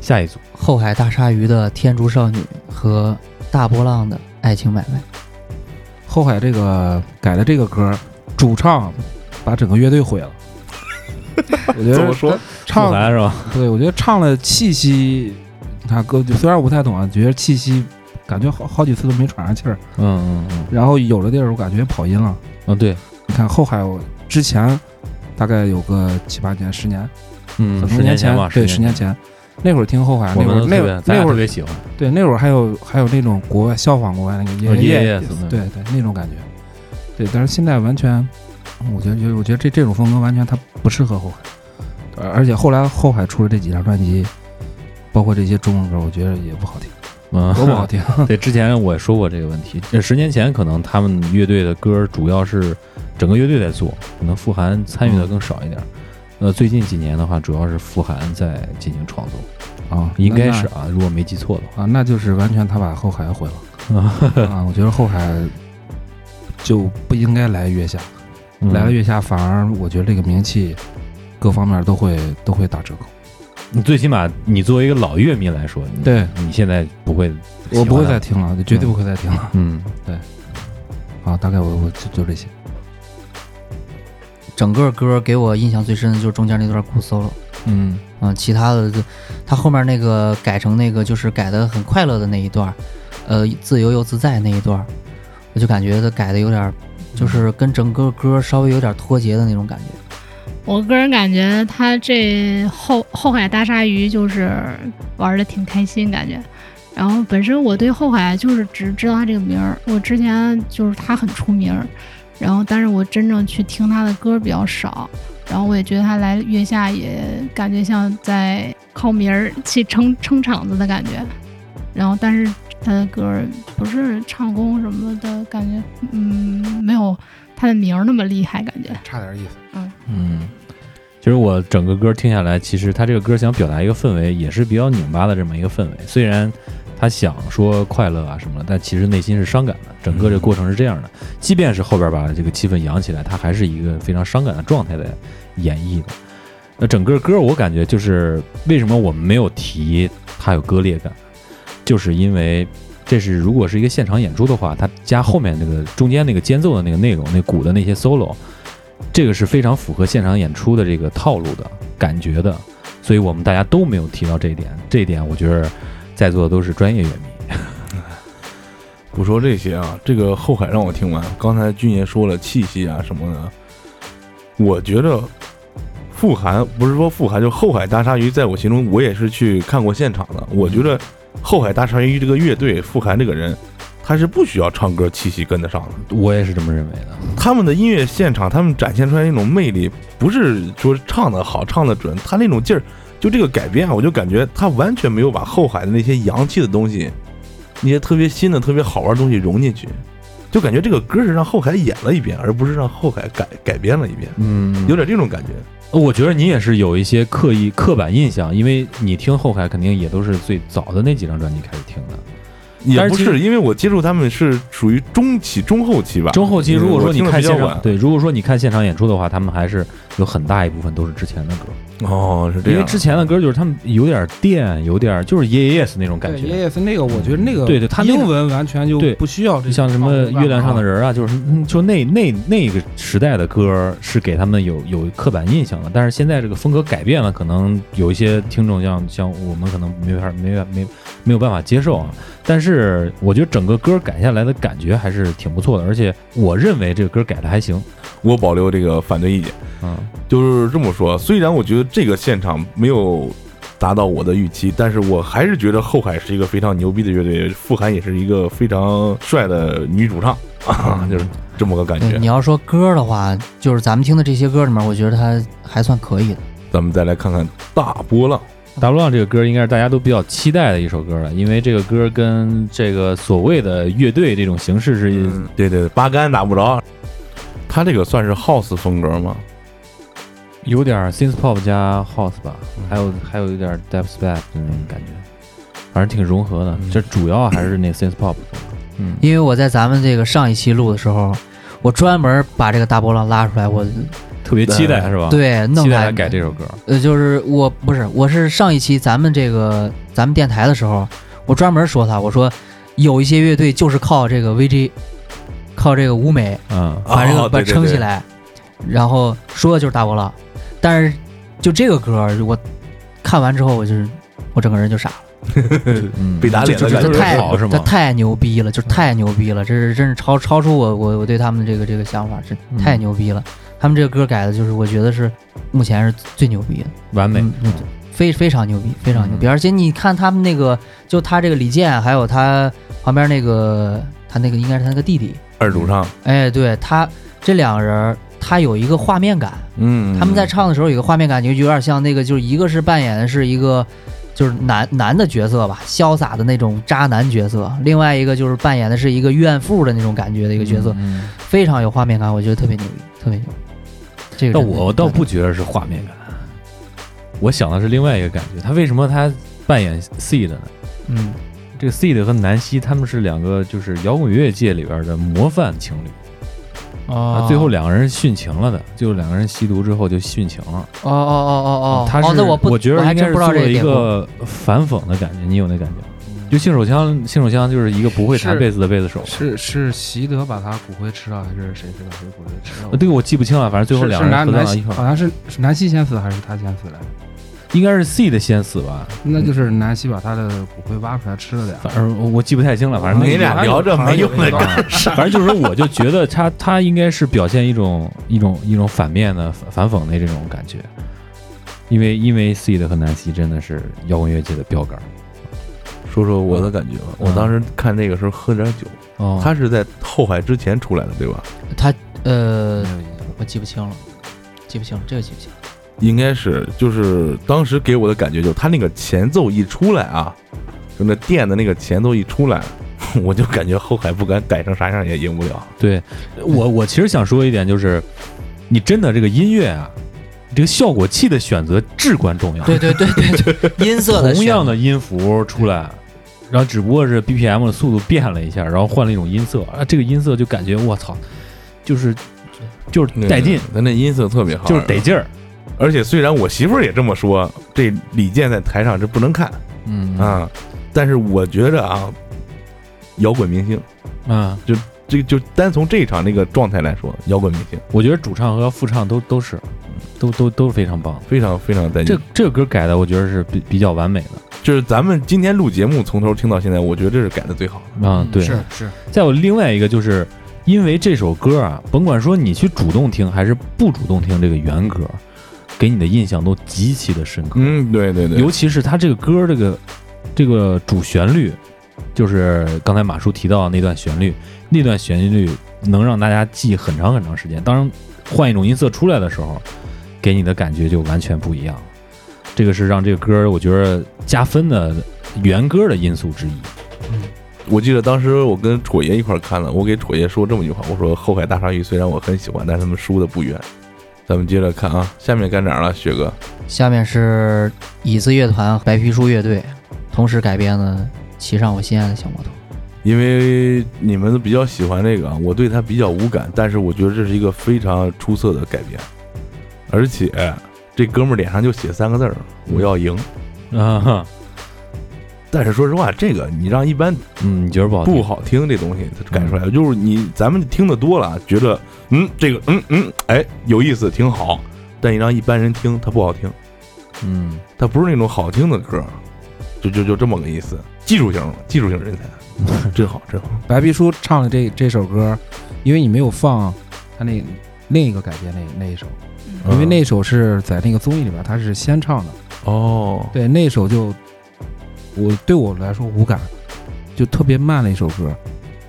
E: 下一组，
F: 后海大鲨鱼的《天竺少女》和大波浪的《爱情买卖》。
A: 后海这个改的这个歌，主唱把整个乐队
E: *laughs*
A: 毁了。我觉
D: 怎么
A: 得
D: 说
A: 他唱
E: 复盘是吧？
A: 对，我觉得唱了气息，他歌虽然我不太懂啊，觉得气息感觉好好几次都没喘上气儿，
E: 嗯嗯嗯，
A: 然后有的地儿我感觉跑音了。
E: 嗯对，
A: 你看后海，我之前大概有个七八年、十年，
E: 嗯，
A: 很
E: 十
A: 多
E: 年
A: 前
E: 吧，
A: 对，
E: 十
A: 十年
E: 前，啊
A: 前那会儿听后海，
E: 我
A: 那会
E: 们
A: 儿
E: 都
A: 那
E: 特
A: 会
E: 别
A: 儿，
E: 咱
A: 那
E: 俩
A: 会
E: 特
A: 儿
E: 别喜欢，
A: 对那会儿还有还有那种国外效仿国外那个
E: 哦
A: 爷
E: 爷
A: 爷
E: 爷什么的
A: 对对那种感觉，对，但是现在完全，我觉得我觉得这这种风格完全它不适合后海，而而且后来后海出了这几张专辑，包括这些中文歌，我觉得也不好听，
E: 嗯，
A: 多不好
E: *laughs*
A: 听。
E: 对，之前我也说过这个问题。这十年前可能他们乐队的歌主要是整个乐队在做，可能富含参与的更少一点。呃，最近几年的话，主要是富含在进行创作，
A: 啊，
E: 应该是
A: 那
E: 啊，如果没记错的话。
A: 啊，那就是完全他把后海毁
E: *laughs*
A: 了
E: 啊
A: 啊！我觉得后海就不应该来月下，
E: 嗯
A: 来了月下反而我觉得这个名气各方面都会都会打折扣。
E: 你最起码你作为一个老乐迷来说，你
A: 对
E: 你现在不会，
A: 我不会再，听了，嗯绝对不会再听了。
E: 嗯，
A: 啊，大概我我就就这些。
F: 整个歌给我印象最深的就是中间那段鼓 solo，
E: 嗯
F: 嗯，其他的就他后面那个改成那个就是改的很快乐的那一段儿，呃，自由又自在那一段儿，我就感觉他改的有点儿，
E: 嗯
F: 就是跟整个歌稍微有点脱节的那种感觉。
H: 我个人感觉他这后后海大鲨鱼就是玩的挺开心，感觉。然后本身我对后海就是只知道他这个名儿，我之前就是他很出名儿，然后但是我真正去听他的歌比较少，然后我也觉得他来月下也感觉像在靠名儿去撑撑场子的感觉，然后但是他的歌儿不是唱功什么的感觉，嗯，没有他的名儿那么厉害感觉。
A: 差点意思。
E: 嗯。其实我整个歌听下来，其实他这个歌想表达一个氛围，也是比较拧巴的这么一个氛围。虽然他想说快乐啊什么的，但其实内心是伤感的。整个这过程是这样的，即便是后边把这个气氛扬起来，他还是一个非常伤感的状态在演绎的。那整个歌我感觉就是为什么我们没有提它有割裂感，就是因为这是如果是一个现场演出的话，它加后面那个中间那个间奏的那个内容，那鼓的那些 solo，这个是非常符合现场演出的这个套路的感觉的，所以我们大家都没有提到这一点。这一点我觉得在座的都是专业乐迷，
D: 不说这些啊，这个后海让我听完，刚才军爷说了气息啊什么的，我觉着富含不是说富含，就后海大鲨鱼，在我心中我也是去看过现场的。我觉得后海大鲨鱼这个乐队，富含这个人，他是不需要唱歌气息跟得上的。
E: 我也是这么认为的。
D: 他们的音乐现场，他们展现出来那种魅力，不是说唱的好、唱的准，他那种劲儿，就这个改编啊，我就感觉他完全没有把后海的那些洋气的东西， *laughs* 那些特别新的、特别好玩的东西融进去，就感觉这个歌是让后海演了一遍，而不是让后海改改编了一遍，
E: 嗯
D: 有点这种感觉。
E: 我觉得你也是有一些刻意刻板印象，因为你听后海肯定也都是最早的那几张专辑开始听的。
D: 也
E: 但是
D: 不
E: 其
D: 是，因为我接触他们是属于中期、中后期吧。
E: 中后期
D: 嗯
E: 如果说你
D: 我听得
E: 看
D: 比较
E: 现场，
D: 晚，
E: 对，如果说你看现场演出的话，他们还是有很大一部分都是之前的歌，
D: 哦，是这
E: 因为
D: 样。
E: 之前的歌就是他们有点电，有点就是耶耶 yes 那种感
G: 对爷
E: 觉。嗯
G: 爷是那个，我觉得那个
E: 对对他那个
G: 英文完全就
E: 对
G: 不需要这
E: 像什么
G: 唱
E: 月亮上的人啊，就是嗯就那那那个时代的歌是给他们有有刻板印象的，但是现在这个风格改变了，可能有一些听众像像我们可能没法没法没没有办法接受啊。但是我觉得整个歌改下来的感觉还是挺不错的，而且我认为这个歌改的还行。
D: 我保留这个反对意见。
E: 嗯，
D: 就是这么说。虽然我觉得这个现场没有达到我的预期，但是我还是觉得后海是一个非常牛逼的乐队，傅涵也是一个非常帅的女主唱 *laughs* 啊，就是这么个感
F: 对，
D: 觉
F: 你。要说歌的话，就是咱们听的这些歌里面，我觉得它还算可以的。
D: 咱们再来看看大波浪，
E: 大波浪这个歌应该是大家都比较期待的一首歌了，因为这个歌跟这个所谓的乐队这种形式是
D: 对对对，八竿打不着。他这个算是 house 风格吗？
E: 有点 synth pop 加 house 吧，
D: 嗯
E: 还有还有一点 d e p s p a c 的那种感觉，反正挺融合
D: 嗯
E: 的。这主要还是那 synth pop 风格。嗯，
F: 因为我在咱们这个上一期录的时候，我专门把这个大波浪拉出来，我
E: 特别期待是吧？，
F: 对
E: 嗯
F: 弄
E: 期
F: 来
E: 待他改这首歌。
F: 呃，就是我不是，我是上一期咱们这个咱们电台的时候，我专门说他，我说有一些乐队就是靠这个 VG，靠这个舞美
E: 嗯，
F: 把这个、
D: 哦
F: 把
D: 对对
F: 撑起
D: 对
F: 来，然后说的就是大波浪。但是就这个歌儿，我看完之后，我就是我整个人就傻了，
E: 嗯
D: 被打脸
E: 就
D: 的
E: 就
D: 感觉
E: 就是
F: 这太
E: 好是
F: 这
E: 吗？
F: 太牛逼了，
D: 嗯
F: 就是太牛逼了，这是真是超超出我我我对他们的这个这个想法，是
E: 嗯
F: 太牛逼了。他们这个歌改的，就是我觉得是目前是最牛逼的。
E: 完美
F: 嗯，嗯非非常牛逼，非常牛逼。
E: 嗯
F: 而且你看他们那个，就他这个李健，还有他旁边那个，他那个应该是他那个弟弟。
D: 二主唱，
F: 哎，对他这两个人儿，哎他有一个画面感，
D: 嗯
F: 他们在唱的时候有一个画面感，就有点像那个，就是一个是扮演的是一个。就是男男的角色吧，潇洒的那种渣男角色；另外一个就是扮演的是一个怨妇的那种感觉的一个角色，
E: 嗯。嗯
F: 非常有画面感，我觉得特别牛逼，特别牛逼。这个
E: 但
F: 真的
E: 我倒不觉得是画面感，我想的是另外一个感觉。他为什么他扮演 C 的呢？
F: 嗯，
E: 这个 Seed 和南希他们是两个就是摇滚乐界里边的模范情侣
F: 哦
E: 啊，最后两个人殉情了的，就两个人吸毒之后就殉情了。
F: 哦哦哦哦哦，
E: 嗯他是、
F: 哦那我不，
E: 觉得
F: 还
E: 应该
F: 真
E: 是
F: 不知
E: 做
F: 道这
E: 了一
F: 点过
E: 个反讽的感觉，你有那感觉吗？就性手枪，性手枪就是一个不会弹
G: 是
E: 贝斯的贝斯手。
G: 是是习德把他骨灰吃了，还是谁谁把谁骨灰吃了？
E: 呃对，我记不清了，反正最后
G: 是
E: 两
G: 是
E: 个人
G: 南
E: 合到
G: 南
E: 了一
G: 希，
E: 块
F: 啊
G: 好
E: 儿，
G: 像是是南希先死还是他先死来着？
E: 应该是 C 的先死吧，
G: 那就是南希把他的骨灰挖出来吃了点儿。
E: 反正我我记不太清了，反正那
D: 你
E: 个
D: 俩聊着没用的
F: *laughs*
D: 干
E: 啊反正就是说，我就觉得他他应该是表现一种一种一种反面的反反讽的这种感觉，因为因为 C 的和南希真的是摇滚乐界的标杆儿
D: 说说我的感觉吧。我当时看那个时候喝点酒，
F: 嗯
E: 哦
D: 他是在后海之前出来的，对吧？
F: 他呃
G: 没，有印象
F: 我记不清了，记不清了，这个记不清了。
D: 应该是就是当时给我的感觉，就是他那个前奏一出来啊，就那电的那个前奏一出来， *laughs* 我就感觉后海不管改成啥样也赢不了。
E: 对我我其实想说一点就是，你真的这个音乐啊，这个效果器的选择至关重要。
F: 对对对对对，音色的
E: 同样
F: 的
E: 的音符出来，然后只不过是 BPM 的速度变了一下，然后换了一种音色啊，这个音色就感觉我操，就是就是带劲，，
D: 咱那音色特别好，啊
E: 就是得。劲儿。
D: 而且虽然我媳妇儿也这么说，这李健在台上这不能看
E: 嗯
D: 啊，但是我觉着啊，摇滚明星，
E: 啊，
D: 这就单从这一场那个状态来说，摇滚明星
E: 我觉得主唱和副唱都都是，都都都是非常棒的。
D: 非常非常带劲
E: 这。这个歌改的，我觉得是比比较完美的。
D: 就是咱们今天录节目从头听到现在，我觉得这是改的最好的。
E: 啊，对，
F: 嗯是是，
E: 再有另外一个，就是因为这首歌啊，甭管说你去主动听还是不主动听，这个原歌给你的印象都极其的深刻。
D: 嗯，对对对，
E: 尤其是它这个歌这个这个主旋律，就是刚才马叔提到的那段旋律，那段旋律能让大家记很长很长时间。当然，换一种音色出来的时候，给你的感觉就完全不一样了。这个是让这个歌我觉得加分的原歌的因素之一。
D: 我记得当时我跟楚爷一块儿看了，我给楚爷说这么一句话，我说《后海大鲨鱼》虽然我很喜欢，但是他们输的不冤。咱们接着看啊，下面该哪儿了，雪哥？
F: 下面是椅子乐团、白皮书乐队同时改编的《骑上我心爱的小摩托》。
D: 因为你们都比较喜欢这个啊，我对它比较无感，但是我觉得这是一个非常出色的改编，而且这哥们儿脸上就写三个字儿：我要赢。
E: 啊哈，
D: 但是说实话，这个你让一般
E: 嗯，你觉得不好听？
D: 不好听这东西，它改出来就是你咱们听的多了，觉得嗯这个嗯嗯哎有意思挺好，但你让一般人听它不好听，
E: 嗯。
D: 它不是那种好听的歌，就就就这么个意思。技术型，技术型人才， *laughs* 真好真好。
A: 白皮书唱了这这首歌，因为你没有放他那另一个改编那那一首，
F: 嗯
A: 因为那首是在那个综艺里边他是先唱的，
D: 哦，
A: 对那首就我对我来说无感，就特别慢的一首歌。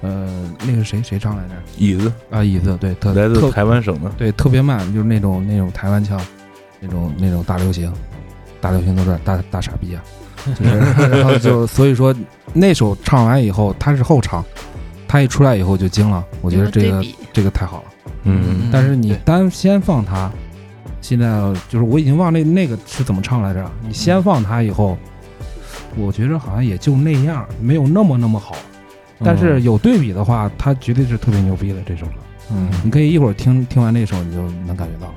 A: 呃，那个谁谁唱来着？
D: 椅子
A: 啊，椅子对，特
D: 来自
A: 特
D: 台湾省的。
A: 对特别慢，就是那种那种台湾腔，那种那种大流行，大流行都是大大傻逼啊，就是然后就所以说那首唱完以后，他是后唱，他一出来以后就惊了，我
H: 我
A: 觉得这
H: 对
A: 个
H: 比，
A: 这个太好了。
D: 嗯，
A: 但是你
F: 对
A: 单先放它，现在就是我已经忘那那个是怎么唱来着。你先放它以后，我觉着好像也就那样，没有那么那么好。但是有对比的话，它绝对是特别牛逼的这首歌。
E: 嗯，
A: 你可以一会儿听听完那首，你就能感觉到。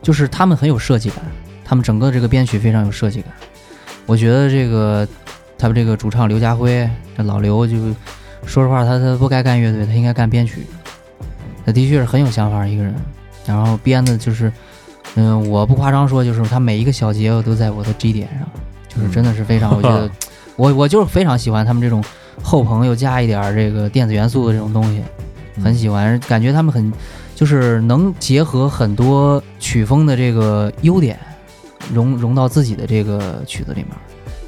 F: 就是他们很有设计感，他们整个这个编曲非常有设计感。我觉得这个他们这个主唱刘家辉，这老刘就说实话，他他不该干乐队，他应该干编曲。他的确是很有想法一个人，然后编的就是，嗯，我不夸张说，就是他每一个小节我都在我的 G 点上，就是真的是非常，我觉得我我就是非常喜欢他们这种后朋又加一点儿这个电子元素的这种东西，很
E: 嗯
F: 喜欢，感觉他们很就是能结合很多曲风的这个优点，融融到自己的这个曲子里面。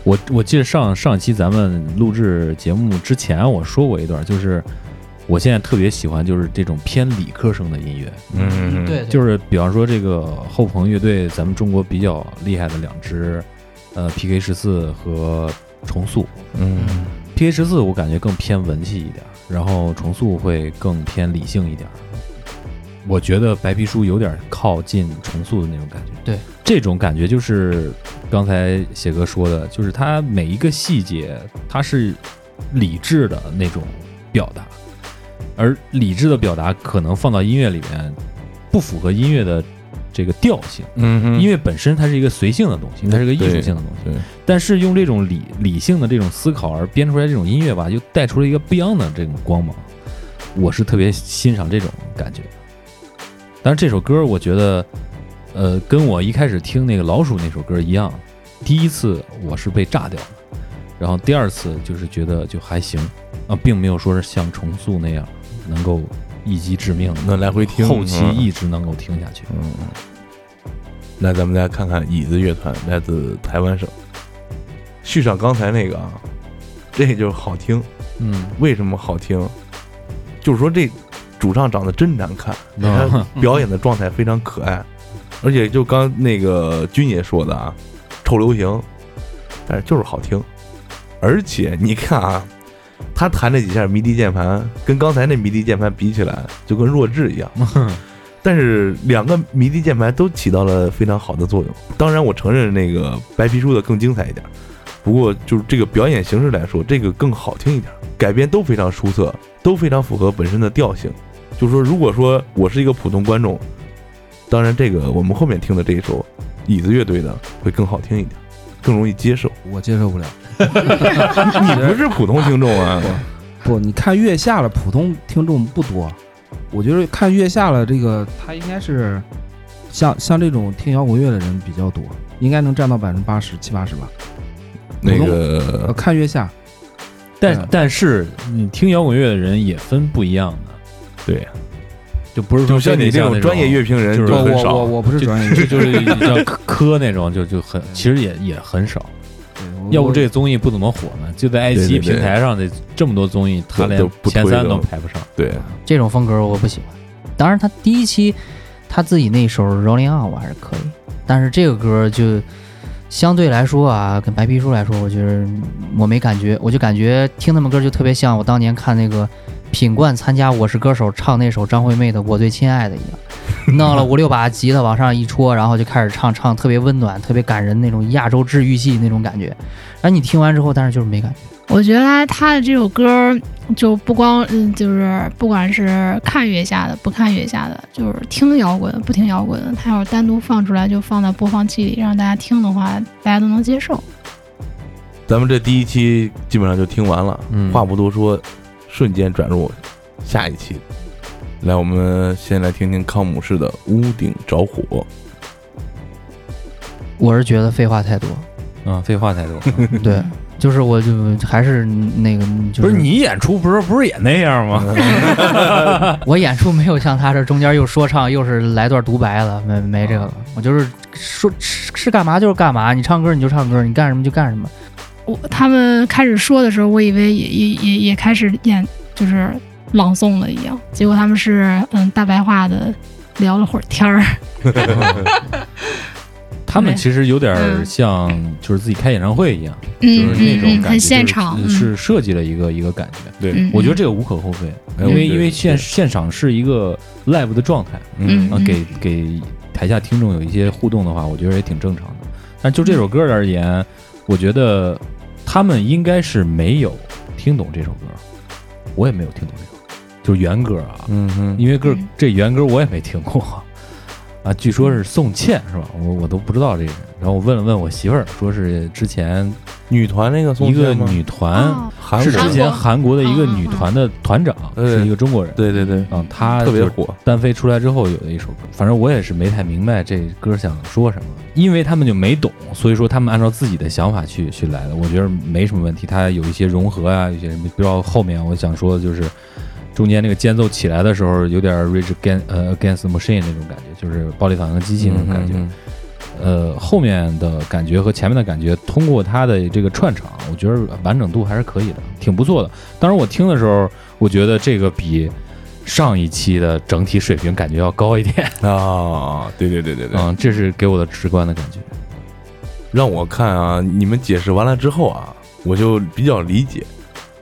E: 我我记得上上期咱们录制节目之前，我说过一段，就是我现在特别喜欢就是这种偏理科生的音乐，
D: 嗯，
F: 对，
E: 就是比方说这个后朋乐队，咱们中国比较厉害的两支，呃，PK 十四和重塑。
D: 嗯，
E: PK 十四我感觉更偏文气一点，然后重塑会更偏理性一点。我觉得白皮书有点靠近重塑的那种感觉。
F: 对，
E: 这种感觉就是刚才写哥说的，就是它每一个细节它是理智的那种表达，而理智的表达可能放到音乐里面不符合音乐的这个调性，
D: 嗯
E: 因
D: 为
E: 为本身它是一个随性的东西，它是个艺术性的东西。
D: 对，
E: 但是用这种理理性的这种思考而编出来这种音乐吧，又带出了一个不一样的这种光芒。我是特别欣赏这种感觉。但是这首歌，我觉得，呃，跟我一开始听那个老鼠那首歌一样，第一次我是被炸掉的，然后第二次就是觉得就还行啊，并没有说是像重塑那样能够一击致命的，
D: 能来回听
E: 后期
D: 嗯
E: 一直能够听下去。
D: 嗯，那咱们再看看椅子乐团，来自台湾省。续上刚才那个啊，这就好听。
E: 嗯，
D: 为什么好听？就是说这主唱长得真难看，
E: 嗯
D: 他表演的状态非常可爱，而且就刚那个军爷说的啊，臭流行，但是就是好听。而且你看啊，他弹这几下迷笛键盘，跟刚才那迷笛键盘比起来，就跟弱智一样。但是两个迷笛键盘都起到了非常好的作用。当然，我承认那个白皮书的更精彩一点，不过就是这个表演形式来说，这个更好听一点，改编都非常出色，都非常符合本身的调性。就是说，如果说我是一个普通观众，当然这个我们后面听的这一首椅子乐队的会更好听一点，更容易接受。
A: 我接受不了。
D: 你不是普通听众啊，
A: 不，你看月下了，普通听众不多。我觉得看月下了这个，他应该是像像这种听摇滚乐的人比较多，应该能占到百分之八十七八十吧。
D: 那
A: 呃
D: 个
A: 看月下，
E: 但
A: 嗯
E: 但是你听摇滚乐的人也分不一样的，
D: 对，
E: 就不是
D: 就
E: 说
D: 像
E: 跟
D: 你这
E: 像
D: 种专业乐评人
E: 就是
D: 就
A: 我
D: 很
A: 我我
D: 少。
A: 我不是专业
E: 就， *laughs* 就就是要磕磕那种，就就很其实也也很少。
A: 对
E: 要不
A: 我
E: 这个综艺不怎么火呢？就在爱奇艺
D: 对对对
E: 平台上的这么多综艺，他
D: 都
E: 连
D: 都不
E: 前
D: 推
E: 三
D: 的
E: 都
D: 了
E: 排不上。
D: 对，
F: 这种风格我不喜欢。当然，他第一期他自己那首《Rolling On》我还是可以，但是这个歌就相对来说啊，跟白皮书来说，我觉得我没感觉，我就感觉听他们歌就特别像我当年看那个品冠参加《我是歌手》唱那首张惠妹的《我最亲爱的》一样，弄了五六把吉他往上一戳，然后就开始唱，唱特别温暖、特别感人那种亚洲治愈系那种感觉。然后你听完之后，但是就是没感觉。
H: 我觉得他的这首歌儿就不光嗯，就是不管是看月下的，不看月下的，就是听摇滚的，不听摇滚的，他要是单独放出来就放到播放器里让大家听的话，大家都能接受。
D: 咱们这第一期基本上就听完了，
E: 嗯
D: 话不多说，瞬间转入下一期。来，我们先来听听康姆士的《屋顶着火》。
F: 我是觉得废话太多，
E: 嗯，废话太多。
F: 对，就是我就还是那个，就是、
E: 不是嗯你演出不是不是也那样吗？
F: 我演出没有像他这中间又说唱又是来段独白了，没没这
E: 哦
F: 个了，我就是说是是干嘛就是干嘛，你唱歌你就唱歌，你干什么就干 *laughs* 什么。
H: 我他们开始说的时候，我以为也也也也开始演就是朗诵了一样，结果他们是嗯大白话的聊了会儿天儿。
E: 他们其实有点儿
H: 嗯
E: 像就是自己开演唱会一样，
H: 嗯
E: 就是那
H: 嗯
E: 种
H: 嗯，
E: 感觉，
H: 很现场，
E: 就是是设计了一个一个感觉。
D: 对
H: 嗯，
E: 我觉得这个无可厚非，
D: 哎
E: 嗯因
D: 我觉
E: 为
D: 得
E: 因为
D: 对
E: 现现场是一个 live 的状态，
H: 嗯
E: 啊，给给台下听众有一些互动的话，我觉得也挺正常的。但就这首歌而言，我觉得他们应该是没有听懂这首歌，我也没有听懂这首歌，就是原歌啊，
D: 嗯哼，
E: 因为歌
H: 嗯
E: 这原歌我也没听过啊，据说是宋茜是吧？我我都不知道这人。然后我问了问我媳妇儿，说是之前
D: 女团那个宋
E: 一个
D: 茜吗
E: 女团，
H: 哦
D: 韩
E: 是
D: 国
E: 之前韩国的一个
H: 韩国
E: 女团的团长，
D: 嗯
E: 是一个中国人。
D: 对对对，
E: 嗯，她
D: 特别
E: 就是
D: 火。
E: 单飞出来之后有的一首歌，反正我也是没太明白这歌想说什么，因为他们就没懂，所以说他们按照自己的想法去去来的，我觉得没什么问题。它有一些融合啊，有些什么，比如后面我想说的就是中间那个间奏起来的时候，有点 Rage Against 呃 Against the Machine 那种感觉，就是暴力反抗机器那种感觉。
D: 嗯
E: 呃，后面的感觉和前面的感觉，通过它的这个串场，我觉得完整度还是可以的，挺不错的。当然，我听的时候，我觉得这个比上一期的整体水平感觉要高
D: *laughs*
E: 一点。
D: 哼啊，对对对对对，
E: 嗯，这是给我的直观的感觉。
D: 让我看啊，你们解释完了之后啊，我就比较理解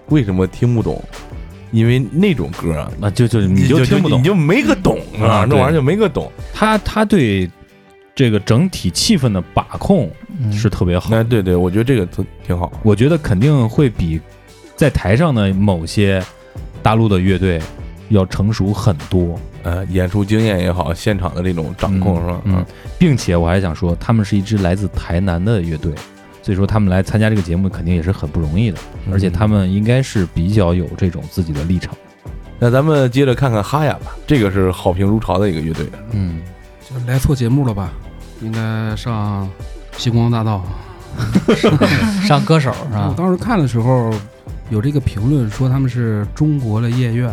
D: 为什么听不懂，因为那种歌啊，
E: 啊，就就
D: 你
E: 你就听不懂
D: 你，就没个懂啊
E: 啊，
D: 那
E: 对
D: 玩意儿就没个懂。
E: 他他对这个整体气氛的把控
F: 嗯、
E: 是特别好的。
D: 哎，对对，我觉得这个特挺好。
E: 我觉得肯定会比在台上的某些大陆的乐队要成熟很多。
D: 呃，演出经验也好，现场的这种掌控是吧？啊
E: 嗯，并且我还想说，他们是一支来自台南的乐队，所以说他们来参加这个节目肯定也是很不容易的，
D: 嗯
E: 而且他们应该是比较有这种自己的立场。
D: 那咱们接着看看哈雅吧，这个是好评如潮的一个乐队。
E: *laughs* 嗯，
A: 就来错节目了吧？应该上星光大道。
F: 上歌手是
A: 我
F: 吧？
A: 当时看的时候，有这个评论说他们是中国的夜愿，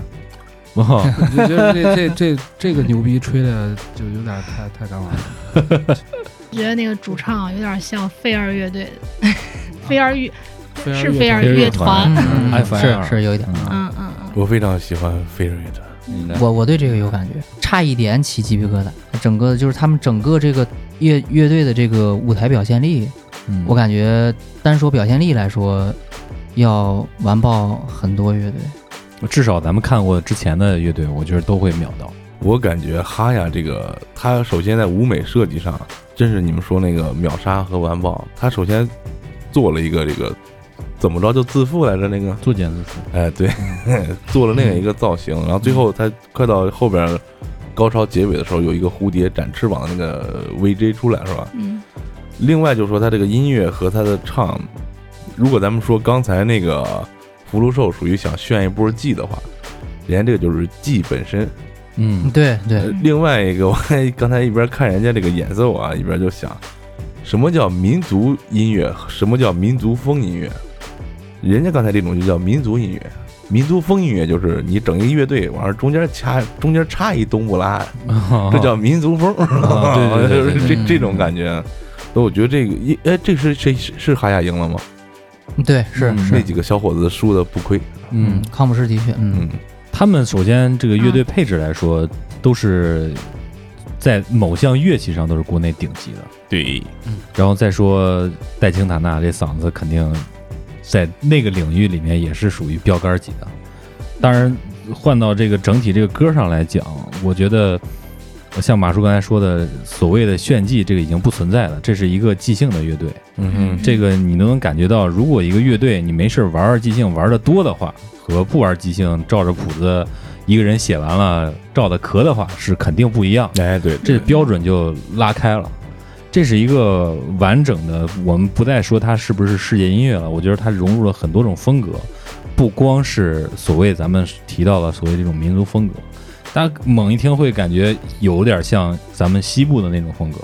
E: 哇，
H: *laughs*
A: 我就觉得这这这这个牛逼吹的就有点太太敢玩了。
H: *laughs* 觉得那个主唱有点像飞儿乐队
E: *laughs*
H: 的，飞儿乐
A: 飞
H: 是
A: 乐
H: 飞儿
E: 飞儿乐
H: 乐
E: 团
H: 团，
F: 嗯，
E: *laughs* 嗯
F: 是是有一点。
H: 嗯嗯嗯，
D: 我非常喜欢飞儿乐队，
E: 嗯
F: 我我对这个有感觉，差一点起鸡皮疙瘩。整个就是他们整个这个乐乐队的这个舞台表现力，
E: 嗯
F: 我感觉单说表现力来说，要完爆很多乐队。
E: 至少咱们看过之前的乐队，我觉得都会秒到。
D: 我感觉哈雅这个，它首先在舞美设计上，真是你们说那个秒杀和完爆，它首先做了一个这个怎么着就自负来着那个，
E: 作茧自缚，
D: 哎对， *laughs* 做了那样一个造型，然后最后它快到后边高潮结尾的时候，有一个蝴蝶展翅膀的那个 VJ 出来是吧？
H: 嗯，
D: 另外就是说，他这个音乐和他的唱，如果咱们说刚才那个福禄寿属于想炫一波技的话，人家这个就是技本身。
E: 嗯，
F: 对
D: 呃
F: 对，
D: *laughs* 另外一个，我还刚才一边看人家这个演奏啊，一边就想，什么叫民族音乐，什么叫民族风音乐。人家刚才这种就叫民族音乐，民族风音乐就是你整一个乐队，完了中间掐中间插一冬不
E: *laughs*
D: 拉，这叫民族风，
E: 啊
D: *laughs*
E: 对对对对嗯
D: 就是这这种感觉。所以我觉得这个一哎，这是谁是是哈亚赢了吗？
F: 对，是
E: 嗯
D: 那
F: 是，
D: 几个小伙子输的不亏，
E: 嗯，
F: 康普士的确，嗯，
D: 嗯，
E: 他们首先这个乐队配置来说，都是在某项乐器上都是国内顶级的。
D: 对，
E: 然后再说戴青塔纳这嗓子肯定在那个领域里面也是属于标杆级的。当然，换到这个整体这个歌上来讲，我觉得呃像马叔刚才说的，所谓的炫技这个已经不存在了，这是一个即兴的乐队。
D: 嗯哼。
E: 这个你都能感觉到，如果一个乐队你没事玩玩即兴玩的多的话，和不玩即兴照着谱子一个人写完了照的咳的话，是肯定不一样的。
D: 哎，对，
E: 这标准就拉开了。这是一个完整的，我们不再说它是不是世界音乐了，我觉得它融入了很多种风格，不光是所谓咱们提到的所谓这种民族风格，大家猛一听会感觉有点像咱们西部的那种风格，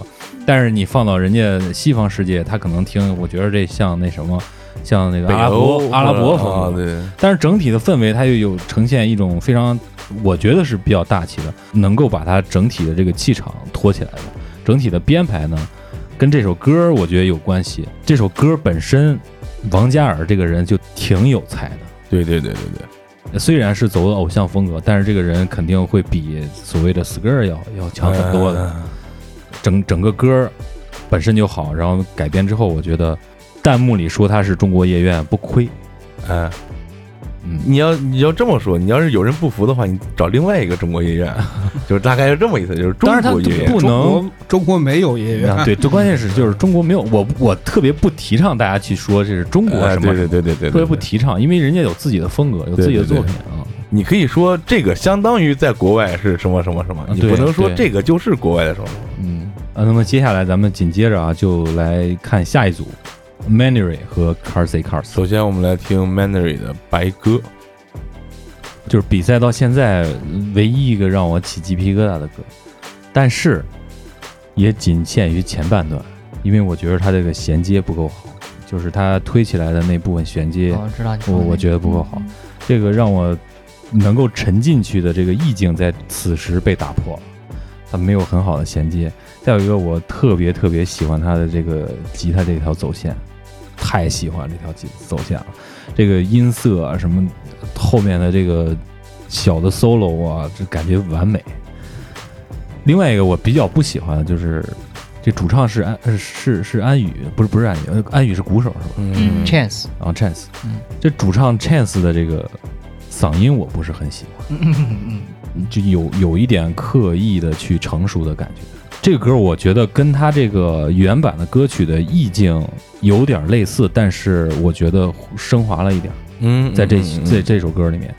E: 但是你放到人家西方世界，他可能听，我觉得这像那什么，像那个
D: 北
E: 阿拉
D: 欧
E: 伯阿拉伯风格，
D: 啊，对，
E: 但是整体的氛围它又有呈现一种非常，我觉得是比较大气的，能够把它整体的这个气场托起来的。整体的编排呢，跟这首歌我觉得有关系。这首歌本身，王嘉尔这个人就挺有才的，
D: 对对对对对，
E: 虽然是走的偶像风格，但是这个人肯定会比所谓的 Skr 要要强很多的。
D: 嗯。
E: 整整个歌本身就好，然后改编之后，我觉得弹幕里说它是中国夜愿不亏。
D: 哎，
E: 嗯，
D: 你要你要这么说，你要是有人不服的话，你找另外一个中国音乐， *laughs* 就是大概是这么意思，就是中
E: 当然他
D: 国音乐。
E: 不
G: 中
E: 能
G: 国中国没有
D: *laughs*
G: 音乐，
E: 啊，对，这关键是就是中国没有我我特别不提倡大家去说这是中国
D: 哎
E: 什么
D: 对，对对对对，
E: 特别
D: 对
E: 不提倡，因为人家有自己的风格，有自己的作品啊。
D: 你可以说这个相当于在国外是什么什么什么，
E: 啊
D: 你
E: 对
D: 不能说
E: 对
D: 这个就是国外的什么。
E: 嗯，啊，那么接下来咱们紧接着啊，就来看下一组 Manery 和 Carsey Cars，
D: 首先，我们来听 Mandarin 的《白鸽》，
E: 就是比赛到现在唯一一个让我起鸡皮疙瘩的歌，但是也仅限于前半段，因为我觉得它这个衔接不够好，就是它推起来的那部分衔接，
F: 我哦知道你说
E: 我
F: 的那
E: 我
F: 个嗯
E: 觉得不够好。这个让我能够沉进去的这个意境，在此时被打破了，它没有很好的衔接。再有一个，我特别特别喜欢它的这个吉他这条走线，太喜欢这条吉走线了。这个音色啊，什么后面的这个小的 solo 啊，这感觉完美。另外一个我比较不喜欢的就是，这主唱是安呃是是安宇，不是不是安宇，呃安宇是鼓手是吧？
H: 嗯
F: Chance，
E: 啊，Chance，
F: 嗯
E: 这主唱 Chance 的这个嗓音我不是很喜欢，
F: 嗯嗯嗯嗯，
E: 就有有一点刻意的去成熟的感觉。这个歌我觉得跟他这个原版的歌曲的意境有点类似，但是我觉得升华了一点，
D: 嗯
E: 在这在这首歌里面，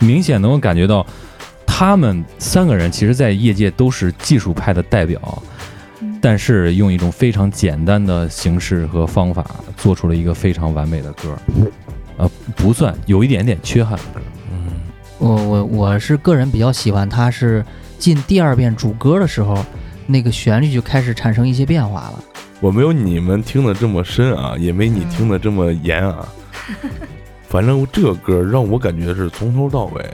E: 明显能够感觉到他们三个人其实，在业界都是技术派的代表，
H: 嗯
E: 但是用一种非常简单的形式和方法，做出了一个非常完美的歌，呃，不算有一点点缺憾的歌，
F: 我我我是个人比较喜欢，它是进第二遍主歌的时候，那个旋律就开始产生一些变化了。
D: 我没有你们听的这么深啊，也没你听的这么严啊。反正这个歌让我感觉是从头到尾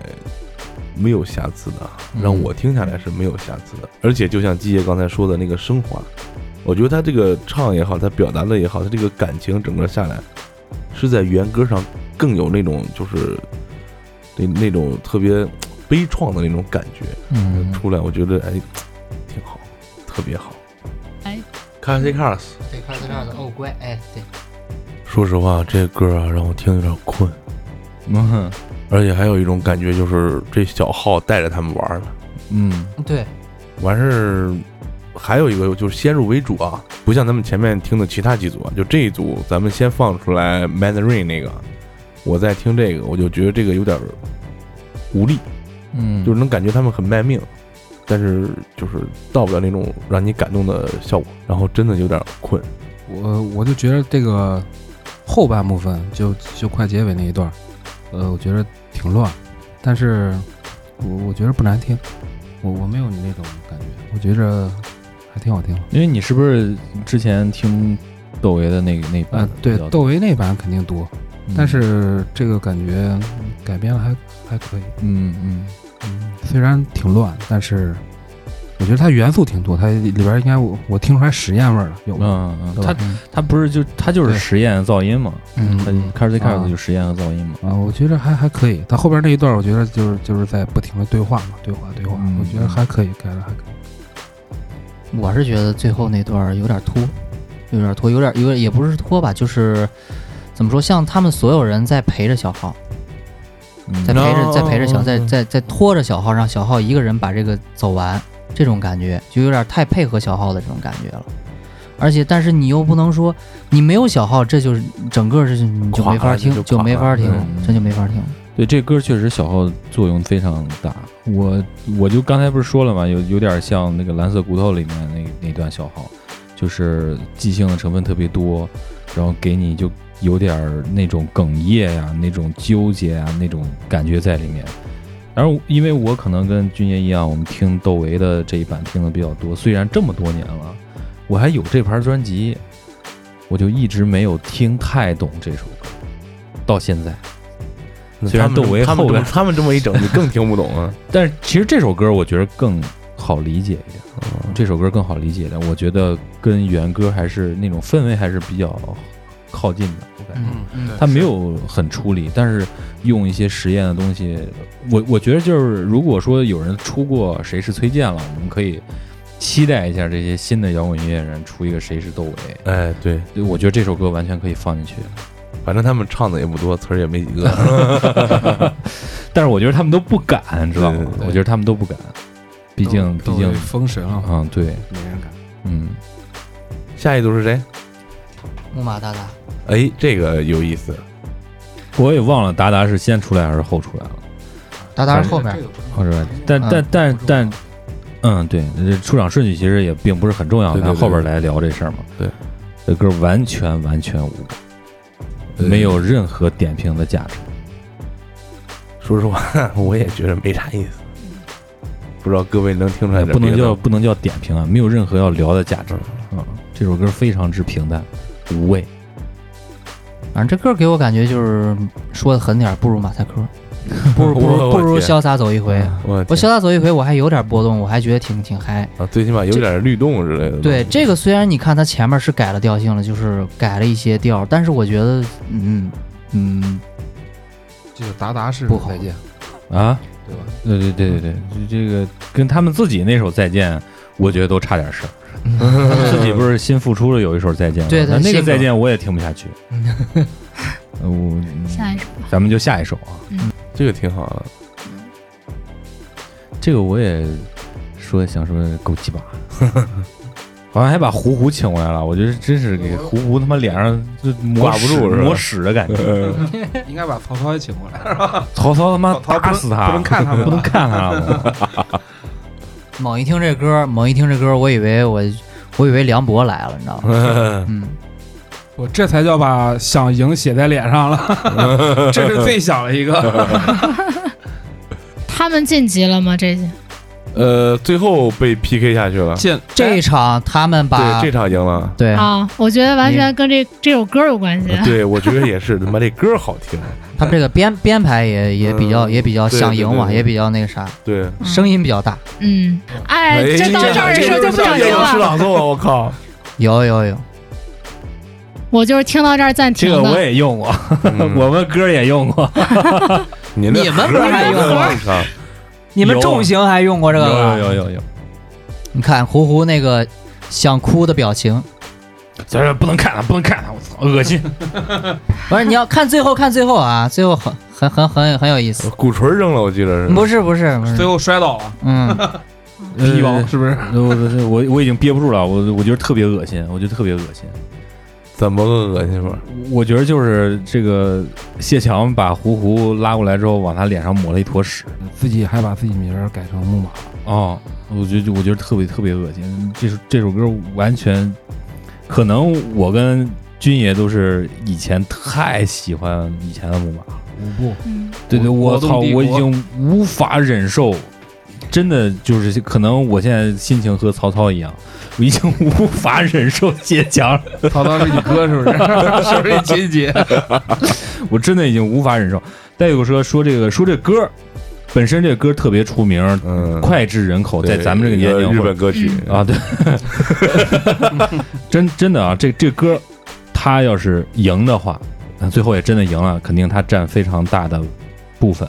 D: 没有瑕疵的，让我听下来是没有瑕疵的。而且就像季爷刚才说的那个升华，我觉得他这个唱也好，他表达的也好，他这个感情整个下来是在原歌上更有那种就是那那种特别悲怆的那种感觉。
E: 嗯
D: 出来，我觉得哎，挺好，特别好。
H: 哎
D: c a s s Cars，
F: 对，开始这样的哦，乖，哎，对，
D: 说实话，这歌啊让我听有点困，
E: 嗯
D: 而且还有一种感觉就是这小号带着他们玩儿了，
E: 嗯
F: 对，
D: 完事儿。还有一个就是先入为主啊，不像咱们前面听的其他几组啊，就这一组咱们先放出来 Mandarin 那个，我在听这个，我就觉得这个有点儿无力，
E: 嗯，
D: 就是能感觉他们很卖命，但是就是到不了那种让你感动的效果，然后真的有点儿困。
A: 我我就觉得这个后半部分就就快结尾那一段儿，呃，我觉得挺乱，但是我我觉得不难听，我我没有你那种感觉，我觉着还挺好听的。
E: 因为你是不是之前听窦唯的那个那版
A: 啊，对，窦唯那版肯定多，
E: 嗯
A: 但是这个感觉嗯改编了还还可以，
E: 嗯嗯
A: 嗯，虽然挺乱，但是我觉得它元素挺多，它里边应该我我听出来实验味儿了，有
E: 嗯嗯，嗯
A: 对
E: 他
A: 吧
E: 他不是就他就是
A: 对
E: 实验噪音嘛，
A: 嗯
E: 他
A: 嗯
E: Cars Cars
A: 啊
E: 就实验和噪音嘛，
A: 啊，我觉得还还可以。它后边那一段，我觉得就是就是在不停的对话嘛，对话对话，
E: 嗯
A: 我觉得还可以，改的还可以。
F: 我是觉得最后那段儿有点拖，有点拖，有点有点也不是拖吧，就是怎么说，像他们所有人在陪着小浩，
E: 嗯
F: 在陪着
D: 哦
F: 在陪着小，
D: 哦
F: 在
D: 对
F: 在在拖着小浩，让小浩一个人把这个走完，这种感觉就有点太配合小浩的这种感觉了。而且，但是你又不能说你没有小浩，这就是整个这就你就
D: 垮
F: 没法
D: 了
F: 听，
D: 就
F: 就
D: 垮
F: 没法
D: 了
F: 听
E: 嗯，
F: 真就没法听。
E: 对，这歌确实小号作用非常大。我我就刚才不是说了嘛，有有点像那个《蓝色骨头》里面那那段小号，就是即兴的成分特别多，然后给你就有点儿那种哽咽呀、那种纠结啊、那种感觉在里面。然后，因为我可能跟君爷一样，我们听窦唯的这一版听的比较多，虽然这么多年了，我还有这盘专辑，我就一直没有听太懂这首歌，到现在。虽然
D: 他们
E: 窦唯
D: 他们
E: 后
D: 这么
E: 边
D: 他们这么一整，你更听不懂
E: *laughs*
D: 啊。
E: 但是其实这首歌我觉得更好理解一点，这首歌更好理解一点。我觉得跟原歌还是那种氛围还是比较靠近的，我感觉。
F: 嗯
E: 它没有很处理，但是用一些实验的东西，我我觉得就是如果说有人出过谁是崔健了，我们可以期待一下这些新的摇滚音乐人出一个谁是窦唯。
D: 哎，对，
E: 对我觉得这首歌完全可以放进去，
D: 反正他们唱的也不多，词儿也没几个。
F: *laughs*
E: 但是我觉得他们都不敢，知道
D: 对
E: 吗
D: 对？
A: 对
E: 我觉得他们都不敢，毕竟
A: 窦
E: 毕
A: 唯
E: 竟，
A: 封神了嘛，
E: 嗯，对，
A: 没人敢。
E: 嗯。
D: 下一组是谁？
F: 木马大大，
D: 哎，这个有意思。
E: 我也忘了达达是先出来还是后出来了，
F: 大大是后面，
E: 后出来，但但但但，嗯，对，这出场顺序其实也并不是很重要，
D: 对对
E: 咱
D: 对
E: 后边来聊这事儿嘛。
D: 对，
E: 这歌完全完全无感，没有任何点评的价值。
D: 说实话， *laughs* 我也觉得没啥意思。不知道各位能听出来
E: 哎
D: 点
E: 不能
D: 别的
E: 叫
D: 吗
E: 不能叫点评啊，没有任何要聊的价值嗯，这首歌非常之平淡，无味。
F: 反正这歌给我感觉就是说的狠点儿，不如马赛克，不如不
D: 我
F: 如
D: 我
F: 不如
D: 天嗯
F: 潇洒走一回。
D: 我的
F: 我潇
D: 天
F: 洒走一回，我还有点波动，我还觉得挺挺嗨。
D: 啊，最起码有点律动之类的。
F: 对，这个虽然你看它前面是改了调性了，就是改了一些调，但是我觉得，嗯嗯，
A: 这个达达是
F: 不好
A: 再见，
E: 啊，
A: 对吧？
E: 对对对对对，这这个跟他们自己那首《再见》，我觉得都差点事儿。他们自己不是新复出了有一首《再见》吗，
F: 对对
E: 那那
F: 新
E: 个
F: 歌
E: 《再见》我也听不下去。呃我
H: 下一首吧。
E: 咱们就下一首啊，
D: 这个挺好啊的。
E: 这个我也说想说够鸡巴，好像还把胡胡请过来了，我觉得真是给胡胡他妈脸上就抹
D: 挂不
E: 屎
D: 住是吧
E: 抹屎的感觉。
A: 应该把曹操也请过来。
E: 曹操他妈打死他，
A: 不能看他们了
E: 不能看他了。
F: 猛一听这歌，猛一听这歌，我以为我我以为梁博来了，你知道吗？嗯，
G: 我这才叫把想赢写在脸上了，
A: *laughs*
G: 这是最想的一个。
H: 他们晋级了吗？这些
D: *laughs* 呃，最后被 PK 下去了。
G: 进
A: 哎
F: 这一场他们把
D: 对，这场赢了。
F: 对
H: 啊，我觉得完全跟这这首歌有关系。
D: 对，我觉得也是，他妈这歌好听。啊
F: 他们这个编编排也也比较
D: 嗯
F: 也比较
D: 对
F: 想
D: 对
F: 赢
D: 对
F: 嘛，
D: 对
F: 也比较那个啥， *laughs*
D: 对，
H: 嗯
F: 声音比较大，
H: 嗯，哎，这到这儿的时候就不整
D: 正
H: 经
D: 诗
H: 了。
D: 朗诵了，我靠！
F: 有有有，
H: 我就是听到这儿暂
E: 这
H: 停
E: 个我
H: 的。
E: 也用过，
D: 我
E: 我们歌也用过，
D: 你那
F: 你们
D: 嗯歌
F: 歌还用吗
D: 我操
F: 你们
E: 有
F: 重型还用过这
E: 有
F: 个吗？
E: 有有有有，
F: 你看胡胡那个想哭的表情，
E: 咱这不能看他，不能看他，我操，恶心。
F: 不是你要看最后看最后啊，最后很很很很很有意思。
D: 鼓槌扔了，我记得是。
F: 不是不是不
G: 最
F: 是，
G: 后摔倒了，
F: 嗯，
G: 皮王是不是？
E: 我呃我我我已经憋不住了，我我觉得特别恶心，我觉得特别恶心。
D: 怎么个恶心法？
E: 我觉得就是这个谢强把胡胡拉过来之后，往他脸上抹了一坨屎。
A: 自己还把自己名儿改成木马，
E: 哦，我觉得我觉得特别特别恶心。这首这首歌完全，可能我跟军爷都是以前太喜欢以前的木马了。
A: 五步
H: 嗯，
E: 对对，
G: 我
E: 我
G: 动
E: 操，
G: 帝
E: 我已
G: 国
E: 经无法忍受，真的就是可能我现在心情和曹操一样，我
D: *laughs*
E: 已经无法忍受街墙了，
G: 曹操是你哥
A: *laughs*
G: 是不是？是不是你亲戚？
E: 我真的已经无法忍受。再有说说这个说这歌儿本身这个歌儿特别出名，
D: 嗯，
E: 脍炙人口，在
D: 对
E: 咱们这个
D: 一
E: 年龄
D: 日
E: 会
D: 本歌曲
E: 啊，对，真真的啊，这这歌，他要是赢的话，那最后也真的赢了，肯定他占非常大的部分。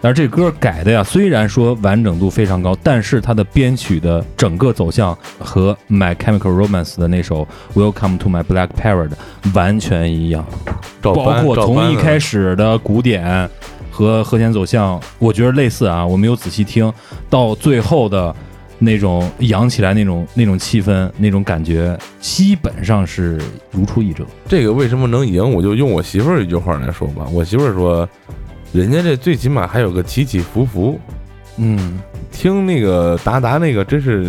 E: 但是这歌改的呀，虽然说完整度非常高，但是它的编曲的整个走向和《My Chemical Romance》的那首《Welcome to My Black Parade》完全一样，
D: 照
E: 包
D: 搬
E: 括
D: 照
E: 从
D: 搬
E: 一
D: 的
E: 开始的鼓点和和弦走向，我觉得类似啊，我没有仔细听，到最后的那种扬起来那种那种气氛那种感觉，基本上是如出一辙。
D: 这个为什么能赢，我就用我媳妇儿一句话来说吧。我媳妇儿说，人家这最起码还有个起起伏伏。
E: 嗯，
D: 听那个达达那个，真是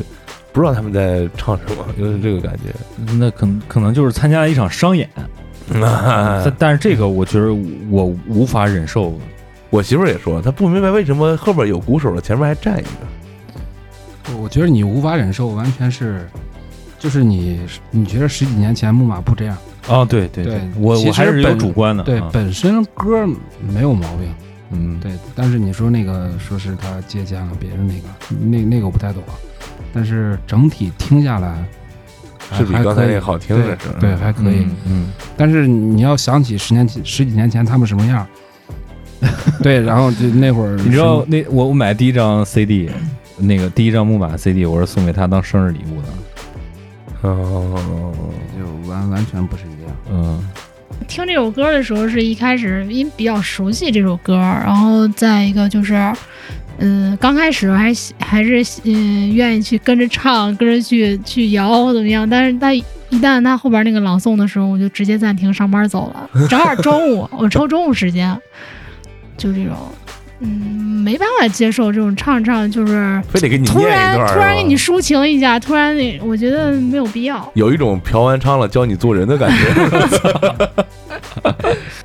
D: 不知道他们在唱什么，有点这个感觉。
E: 那可能可能就是参加了一场商演，嗯
D: *laughs*
E: 但但是这个我觉得我无法忍受。
D: 我媳妇儿也说，她不明白为什么后边有鼓手了，前面还站一个。
A: 我觉得你无法忍受，完全是，就是你你觉得十几年前木马不这样，
E: 哦，对对
A: 对
E: 我
A: 其
E: 我还
A: 实
E: 是有
A: 本
E: 主观的。
A: 对，
E: 啊
A: 本身歌没有毛病，
E: 嗯，
A: 对，但是你说那个说是他借鉴了别人那个，那那个我不太懂，啊但是整体听下来还
D: 是比
A: 还
D: 刚才
A: 可以
D: 那个好听
A: 对
D: 的是吧
A: 对，还可以。
E: 嗯嗯，
A: 但是你要想起十年前、十几年前他们什么样儿， *laughs* 对，然后就那会儿
E: *laughs* 你知道
A: 是
E: 那我我买第一张 CD，那个第一张木马 CD，我是送给他当生日礼物的。
D: 哦，
A: 就完完全不是一个样。
E: 嗯
H: 听这首歌的时候，是一开始因为比较熟悉这首歌，然后再一个就是，嗯、刚开始还喜还是嗯、愿意去跟着唱，跟着去去摇怎么样？但是他一旦他后边那个朗诵的时候，我就直接暂停上班走 *laughs* 了。正好中午，我抽中午时间，就这种，嗯，没办法接受这种唱着唱就是
D: 非得给你念
H: 突
D: 一
H: 然
D: 段儿，
H: 突然给你
D: 是吧
H: 抒情一下，突然那我觉得没有必要。
D: 有一种嫖完娼了教你做人的感觉。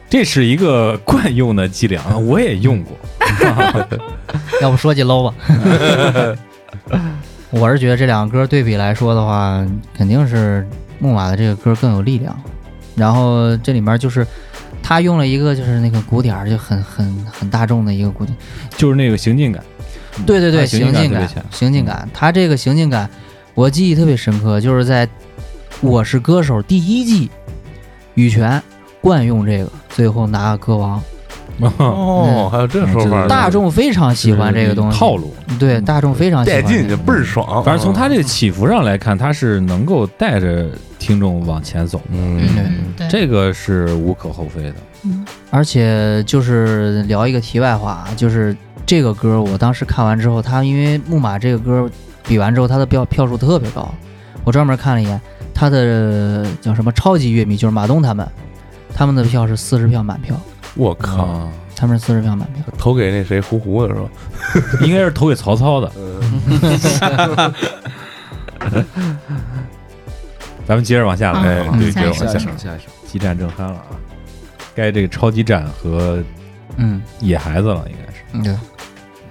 E: 这是一个惯用的伎俩，我也用过。
F: *laughs* 要不说起 low 吧。我是觉得这两个歌对比来说的话，肯定是木马的这个歌更有力量。然后这里面就是他用了一个就是那个鼓点儿，就很很很大众的一个鼓点。
E: 就是那个行进感。
F: 对对
E: 它嗯啊
F: 对，
E: 行进
F: 行进
E: 感特别
F: 感
E: 强，嗯
F: 行进感，他这个行进感，我记忆特别深刻，就是在《我是歌手》第一季，羽泉惯用这个，最后拿个歌王，
E: 嗯 *laughs*
D: 哦，还有这说法呢，
F: 大众非常喜欢这个东西，
E: 套路。嗯
F: 对大众非常喜
D: 带
F: 欢这
D: 劲
F: 个，
D: 倍儿爽。
E: 反正从他这个起伏上来看，他是能够带着听众往前走，
D: 嗯，
H: 嗯，对，
E: 这个是无可厚非的。
F: 而且就是聊一个题外话，就是这个歌，我当时看完之后，它因为木马这个歌比完之后，它的票票数特别高，我专门看了一眼，它的叫什么超级乐迷，就是马东他们，他们的票是四十票满票，
D: 我靠，
E: 啊，
F: 他们是四十票满票。
D: 投给那谁胡胡的是吧？
E: 应该是投给曹操的。嗯 *laughs* 咱们接着往下来，
D: 哎，对，接着
A: 下
D: 往下
A: 一首，。下一首，
E: 激战正酣了啊！该这个超级战和
F: 嗯，
E: 野孩子了，应该是。
F: 对，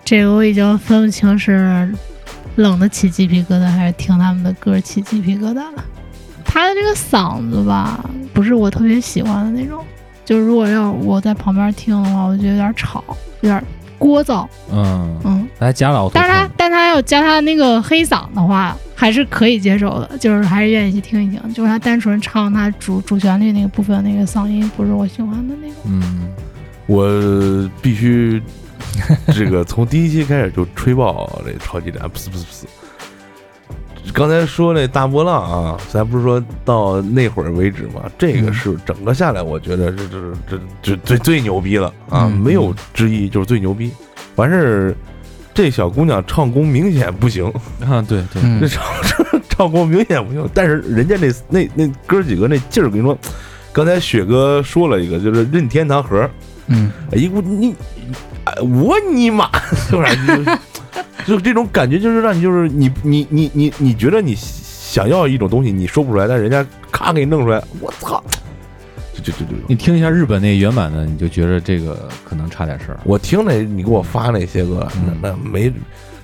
H: 这个我已经分不清是冷的起鸡皮疙瘩，还是听他们的歌起鸡皮疙瘩了。他的这个嗓子吧，不是我特别喜欢的那种。就如果要我在旁边听的话，我觉得有点吵，有点聒噪。
E: 嗯，
H: 嗯，
E: 来加了我。
H: 但是他但他要加他那个黑嗓的话，还是可以接受的，就是还是愿意去听一听。就是他单纯唱他主主旋律那个部分那个嗓音，不是我喜欢的那种。
E: 嗯，
D: 我必须这个从第一期开始就吹爆这超级展，不是不是不是。刚才说那大波浪啊，咱不是说到那会儿为止吗？这个是整个下来，我觉得这这这这最最牛逼了啊，
F: 嗯
D: 没有之一，就是最牛逼。完事儿，这小姑娘唱功明显不行，
E: 啊，对对，
F: 嗯
D: 这，唱唱功明显不行，但是人家那那那哥几个那劲儿，跟你说，刚才雪哥说了一个，就是任天堂盒，
F: 嗯，
D: 哎一股你，哎我尼玛，是不是？就就这种感觉，就是让你就是你你你你你觉得你想要一种东西，你说不出来，但人家咔给你弄出来，我操！就就就就，
E: 你听一下日本那原版的，你就觉得这个可能差点事儿。
D: 我听那你给我发那些个，那那没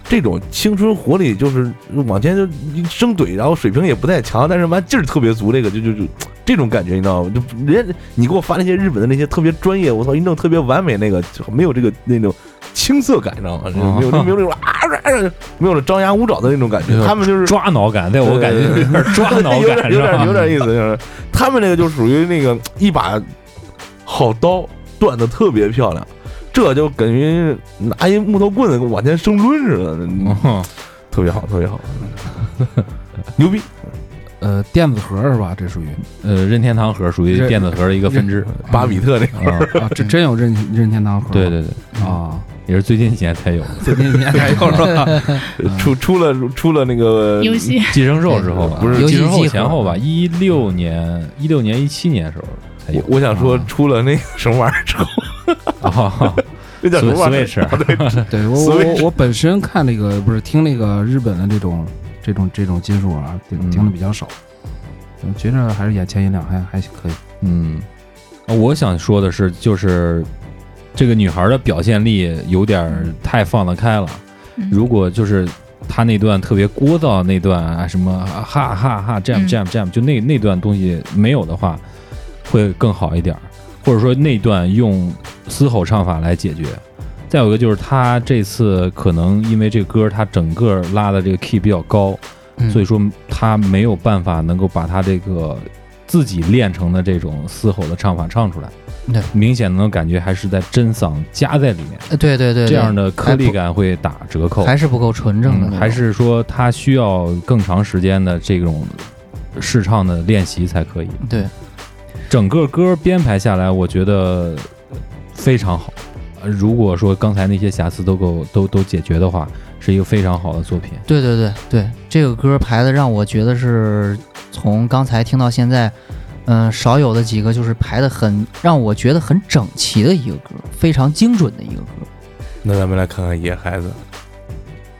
D: 这种青春活力，就是往前就一生怼，然后水平也不太强，但是完劲儿特别足，这个就就就这种感觉，你知道吗？就人家你给我发那些日本的那些特别专业，我操，一弄特别完美那个，就没有这个那种青涩感，你知道吗？就没有没有那种啊，啊啊没有了张牙舞爪的那种感觉，他们就是
E: 抓挠感，在我感觉有点抓挠
D: *laughs* 有
E: 感，
D: 点有
E: 是
D: 点有
E: 吧？
D: 点意思，就是他们那个就属于那个一把好刀，断的特别漂亮，这就等于拿一木头棍子往前生抡似的，
E: 嗯
D: 特别好，特别好，牛逼！
A: 呃，电子盒是吧？这属于
E: 呃，任天堂盒属于电子盒的一个分支
D: 巴比特那
E: 啊。
D: *laughs*
A: 啊，这真有任任天堂盒。
E: 对对对，
A: *laughs* 啊，
E: 也是最近几年
D: *laughs*
E: 才有的。
A: 最近年代有了。
D: 个出出了出了那个
H: 游戏
E: 寄生兽之后吧，
D: 不是
E: 寄
F: 游戏
E: 生兽
F: 机
E: 前
F: 盒
E: 后吧，一六年、一六年、一七年的时候
D: *laughs*
E: 才有
D: 我。我想说，出了那个什么玩意儿之后，
E: 啊
D: 那叫什么玩意儿？
E: ，Switch
A: 对我
D: 所以
A: 我我本身看那个不是听那个日本的这种这种这种金属啊，听
E: 嗯
A: 听的比较少，我觉着还是眼前一亮，还还可以。
E: 嗯，呃我想说的是，就是这个女孩的表现力有点儿太放得开了。
H: 嗯
E: 如果就是她那段特别聒噪那段啊，什么啊哈哈哈 jam
H: 嗯
E: jam jam，就那那段东西没有的话，会更好一点儿。或者说那段用嘶吼唱法来解决。再有一个就是她这次可能因为这个歌，她整个拉的这个 key 比较高，
F: 嗯
E: 所以说他没有办法能够把他这个自己练成的这种嘶吼的唱法唱出来，
F: 对
E: 明显能感觉还是在真嗓加在里面，
F: 呃对对对，
E: 这样
F: 的
E: 的颗粒感会打折扣，
F: 还是不够纯正的
E: 嗯
F: 那种，
E: 还是说他需要更长时间的这种试唱的练习才可以。
F: 对，
E: 整个歌编排下来，我觉得非常好。呃如果说刚才那些瑕疵都够都都解决的话，是一个非常好的作品。
F: 对对对对，这个歌排的让我觉得是从刚才听到现在，嗯、少有的几个就是排的很让我觉得很整齐的一个歌，非常精准的一个歌。
D: 那咱们来看看野孩子，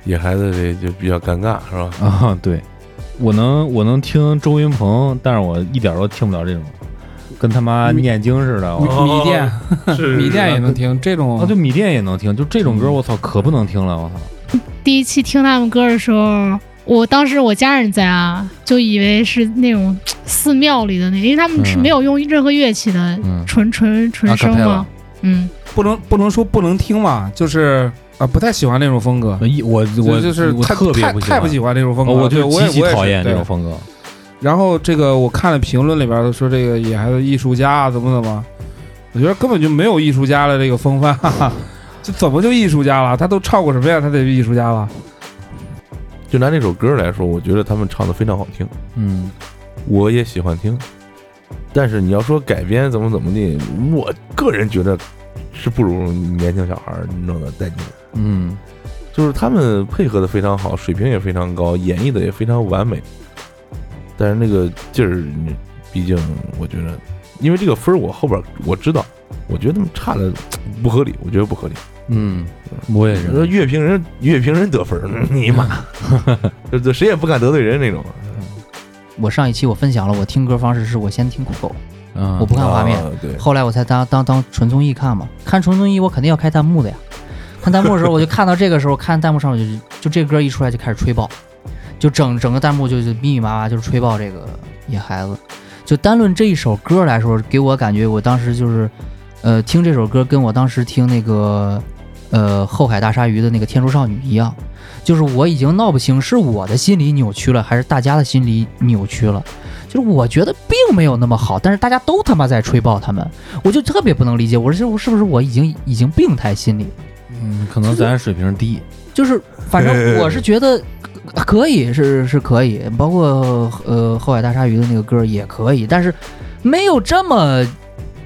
D: 野孩子这就比较尴尬，是吧？
E: 啊，对，我能我能听周云鹏，但是我一点儿都听不了这种，跟他妈
A: 米
E: 念经似的。
A: 米
E: 我
A: 米店米店也能听这种
E: 啊，对，米店也能听，就这种歌，我操，可不能听了，我操。
H: 第一期听他们歌的时候，我当时我家人在啊，就以为是那种寺庙里的那，因为他们是
E: 嗯
H: 没有用任何乐器的，
E: 嗯啊
H: 纯纯纯声
E: Acapella
H: 嘛，嗯，
A: 不能不能说不能听嘛，就是啊不太喜欢那种风格，
E: 呃一我我
A: 就就是
E: 我
A: 太
E: 特别
A: 太太不喜
E: 欢，
A: 欢这种风格，
E: 哦我
A: 对
E: 就
A: 我
E: 极
A: 也
E: 其
A: 我也是
E: 讨厌这
A: 对
E: 种风格。
A: 然后这个我看了评论里边都说这个野孩子艺术家啊，怎么怎么，我觉得根本就没有艺术家的这个风范，哈哈，这怎 *laughs* 么就艺术家了？他都唱过什么呀？他得艺术家了？
D: 就拿这首歌来说，我觉得他们唱的非常好听。
E: 嗯，
D: 我也喜欢听，但是你要说改编怎么怎么地，我个人觉得是不如年轻小孩儿弄得带劲。
E: 嗯，
D: 就是他们配合的非常好，水平也非常高，演绎的也非常完美。但是那个劲儿，你毕竟我觉得，因为这个分儿我后边儿我知道，我觉得他们差的不合理，我觉得不合理。嗯
E: 嗯，我也
D: 说
E: 是。
D: 乐评人乐评人得分儿，你 *laughs* 妈，这这谁也不敢得罪人那种。
F: 我上一期我分享了我听歌方式是我先听酷狗，
E: 嗯，
F: 我不看画面，
D: 啊，对，
F: 后来我才当当当纯综艺看嘛，看纯综艺我肯定要开弹幕的呀。看弹幕的时候，我就看到这个时候，看弹幕上我就就这歌一出来就开始吹爆，就整整个弹幕就就密密麻麻就是吹爆这个野孩子。就单论这一首歌来说，给我感觉我当时就是，呃，听这首歌跟我当时听那个呃后海大鲨鱼的那个天竺少女一样，就是我已经闹不清是我的心理扭曲了，还是大家的心理扭曲了。就是我觉得并没有那么好，但是大家都他妈在吹爆他们，我就特别不能理解，我说我是不是我已经已经病态心理了？
E: 嗯，可能咱水平低。
F: 就是反正我是觉得呃可以是是可以，包括呃后海大鲨鱼的那个歌也可以，但是没有这么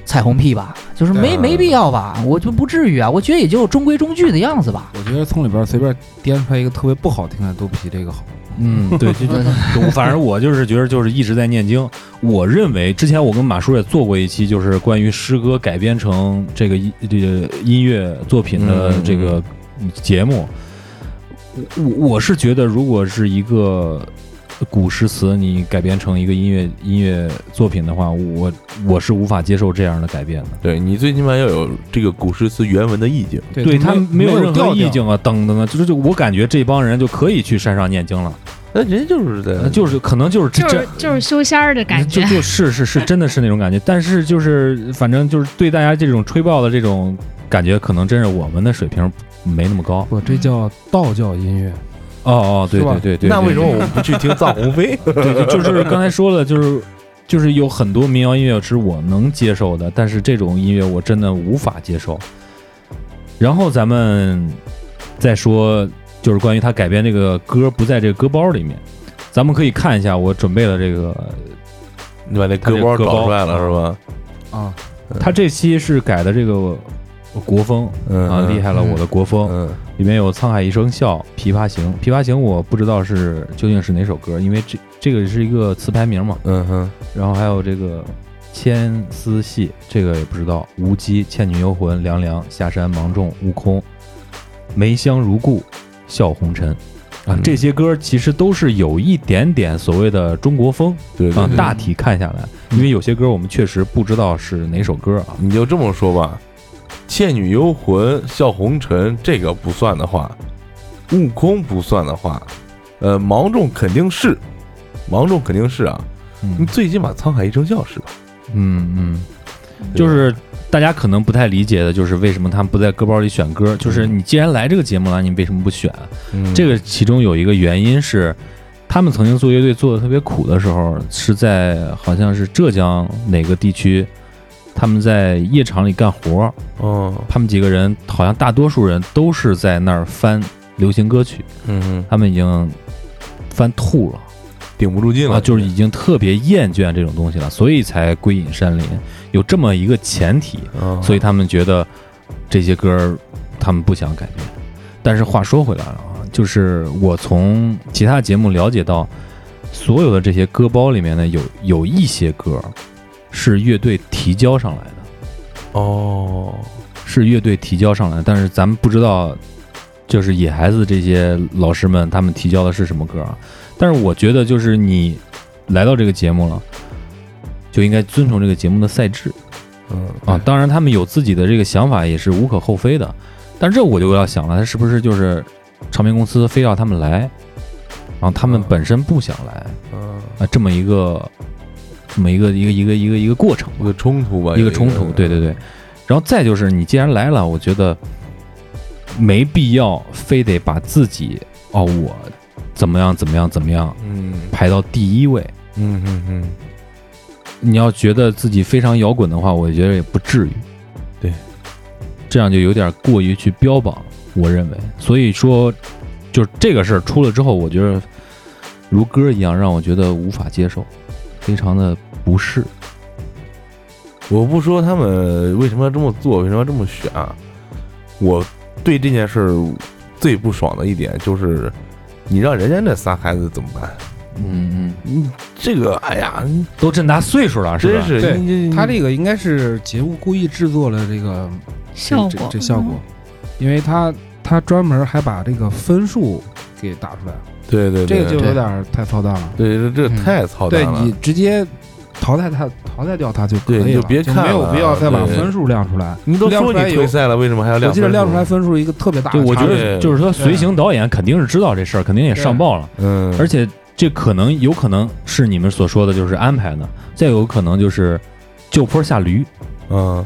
F: 彩虹屁吧，就是没
D: 嗯
F: 没必要吧，我就不至于啊，我觉得也就中规中矩的样子吧。
A: 我觉得从里边随便颠出来一个特别不好听的，都比这个好。
E: 嗯， *laughs* 对，就就我反正我就是觉得就是一直在念经。我认为之前我跟马叔也做过一期，就是关于诗歌改编成这个音这个音乐作品的
D: 嗯
E: 这个节目。我我我是觉得，如果是一个古诗词你改编成一个音乐音乐作品的话，我我是无法接受这样的改变的。
D: 对你最起码要有这个古诗词原文的意境。
A: 对
E: 对
A: 它
E: 他
A: 没
E: 有任
A: 调
E: 何
A: 调
E: 意。境啊，等等的，就是就我感觉这帮人就可以去山上念经了，
D: 那人家就是在
E: 那就是可能就是这
H: 就是就是修仙儿的感
E: 就
H: 觉，
E: 就是是是真的是那种感觉，但是就是反正就是对大家这种吹爆的这种感觉，可能真是我们的水平没那么高。
A: 不，这叫道教音乐。
E: 哦哦，对
A: 是吧
E: 对对对，
D: 那
E: 对
D: 为什么我们不去听臧鸿飞？
E: 对，就就是刚才说了，就是就是有很多民谣音乐是我能接受的，但是这种音乐我真的无法接受。然后咱们再说，就是关于他改编这个歌不在这个歌包里面，咱们可以看一下，我准备了这个，
D: *laughs* 你把那
E: 他这
D: 歌包
E: 歌
D: 搞
E: 包
D: 出来了是吧？
A: 啊，
E: 他这期是改的这个国风
D: 嗯，
E: 啊，厉害了我的国风，
D: 嗯，
E: 里面有《沧海一声笑》《琵琶行》，《琵琶行》我不知道是究竟是哪首歌，因为这这个是一个词牌名嘛，
D: 嗯哼，
E: 然后还有这个牵丝戏，这个也不知道。无机、倩女幽魂、凉凉、下山、芒种、悟空、梅香如故、笑红尘啊
D: 嗯，
E: 这些歌其实都是有一点点所谓的中国风
D: 对对
E: 啊
D: 对。。嗯
E: 大体看下来，因为有些歌我们确实不知道是哪首歌啊。
D: 你就这么说吧，《倩女幽魂》《笑红尘》这个不算的话，悟空不算的话，呃，芒种肯定是，芒种肯定是啊，你
E: 嗯
D: 最起码沧海一声笑是吧？
E: 嗯嗯，就是大家可能不太理解的，就是为什么他们不在歌包里选歌？就是你既然来这个节目了，你为什么不选？这
D: 个
E: 个其中有一个原因是，他们曾经做乐队做的特别苦的时候，是在好像是浙江哪个地区，他们在夜场里干活儿，
D: 哦，
E: 他们几个人好像大多数人都是在那儿翻流行歌曲，
D: 嗯，
E: 他们已经翻吐了。
D: 顶不住劲
E: 啊，
D: 了，
E: 就是已经特别厌倦这种东西了，所以才归隐山林，有这么一个前提，
D: 啊，
E: 所以他们觉得这些歌儿他们不想改变。但是话说回来了啊，就是我从其他节目了解到，所有的这些歌包里面呢，有有一些歌儿是乐队提交上来的，
D: 哦，
E: 是乐队提交上来的，但是咱们不知道，就是野孩子这些老师们他们提交的是什么歌啊。但是我觉得，就是你来到这个节目了，就应该遵从这个节目的赛制。
D: 嗯
E: 啊，，当然他们有自己的这个想法也是无可厚非的，但这我就要想了，他是不是就是唱片公司非要他们来，然后他们本身不想来
D: 嗯，
E: 啊，这么一个这么一个一个一个一个一个过程
D: 一个冲突吧，
E: 呃一个冲突，对对对，然后再就是你既然来了，我觉得没必要非得把自己哦我怎么样怎么样怎么样
D: 嗯，
E: 排到第一位，
D: 嗯嗯嗯
E: 你要觉得自己非常摇滚的话，我觉得也不至于。
D: 对，
E: 这样就有点过于去标榜，我认为。所以说，就是这个事儿出了之后，我觉得如歌一样，让我觉得无法接受，非常的不适。
D: 嗯，我不说他们为什么要这么做，为什么要这么选啊，我对这件事儿最不爽的一点就是，你让人家那仨孩子怎么办？
E: 嗯嗯，
D: 你这个，哎呀，你
E: 都这么大岁数了，是
D: 真
E: 吧？
D: 是
A: 对
D: 你
A: 他这个应该是节目故意制作了这个这
H: 效
A: 这
H: 果嗯
A: 这效果，因为他他专门还把这个分数给打出来了，
D: 对对，
A: 这
D: 对
A: 个就有点儿太操蛋了。
D: 对，这这
F: 嗯
D: 太操蛋
A: 对
D: 了
A: 你。直接淘汰他，淘汰掉他就可以了，
D: 对你就别看
A: 没有
D: 了
A: 必要再把
D: 对
A: 分数亮出来。
D: 你都
A: 亮
D: 说
A: 出来
D: 你退
A: 有
D: 赛了，为什么还要亮
A: 我
D: 分数？
A: 记得亮出来分数一个特别大的
E: 对，
A: 差
E: 我
A: 距，
E: 觉
D: 对
E: 得就是说，随行导演肯定是知道这事儿，肯定也上报了，
D: 嗯，
E: 而且这可能有可能是你们所说的就是安排的，再有可能就是就坡下驴。
D: 嗯，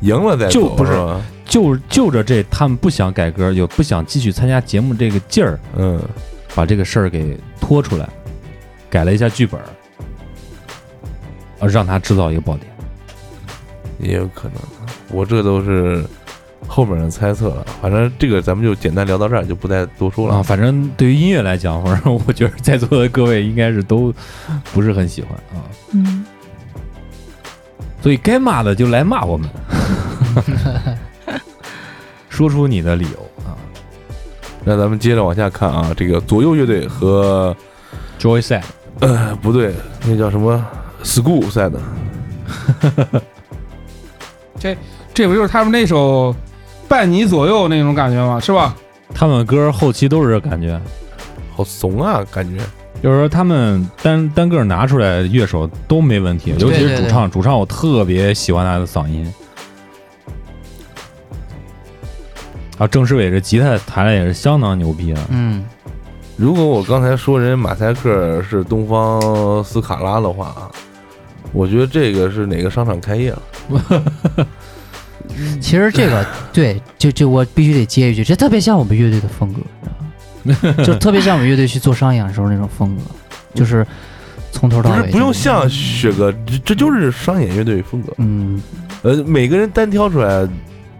D: 赢了再
E: 就
D: 走
E: 不是
D: 吧
E: 就就着这，他们不想改革，有不想继续参加节目这个劲儿，
D: 嗯，
E: 把这个事儿给拖出来，改了一下剧本儿，呃，让他制造一个爆点。
D: 也有可能。我这都是后面的猜测了，反正这个咱们就简单聊到这儿，就不再多说
E: 啊，
D: 了。
E: 反正对于音乐来讲，反正我觉得在座的各位应该是都不是很喜欢啊，
H: 嗯，
E: 所以该骂的就来骂我们，说出你的理由啊。
D: 那咱们接着往下看啊，这个左右乐队和
E: Joy Side
D: 呃不对，那叫什么 School 赛的，
G: 这不就是他们那首《伴你左右》那种感觉吗？是吧？
E: 他们歌后期都是这感觉，
D: 好怂啊，感觉
E: 就是说他们单单个拿出来的乐手都没问题，尤其是主唱，主唱我特别喜欢他的嗓音。啊，郑世伟这吉他弹的也是相当牛逼啊！
F: 嗯，
D: 如果我刚才说人马赛克是东方斯卡拉的话，啊我觉得这个是哪个商场开业了？
F: 其实这个对，就就我必须得接一句，这特别像我们乐队的风格，你知道吗？就特别像我们乐队去做商演的时候那种风格，就是从头到
D: 不是
F: 尾。
D: 不用像雪哥，这这就是商演乐队风格。
F: 嗯，
D: 呃，每个人单挑出来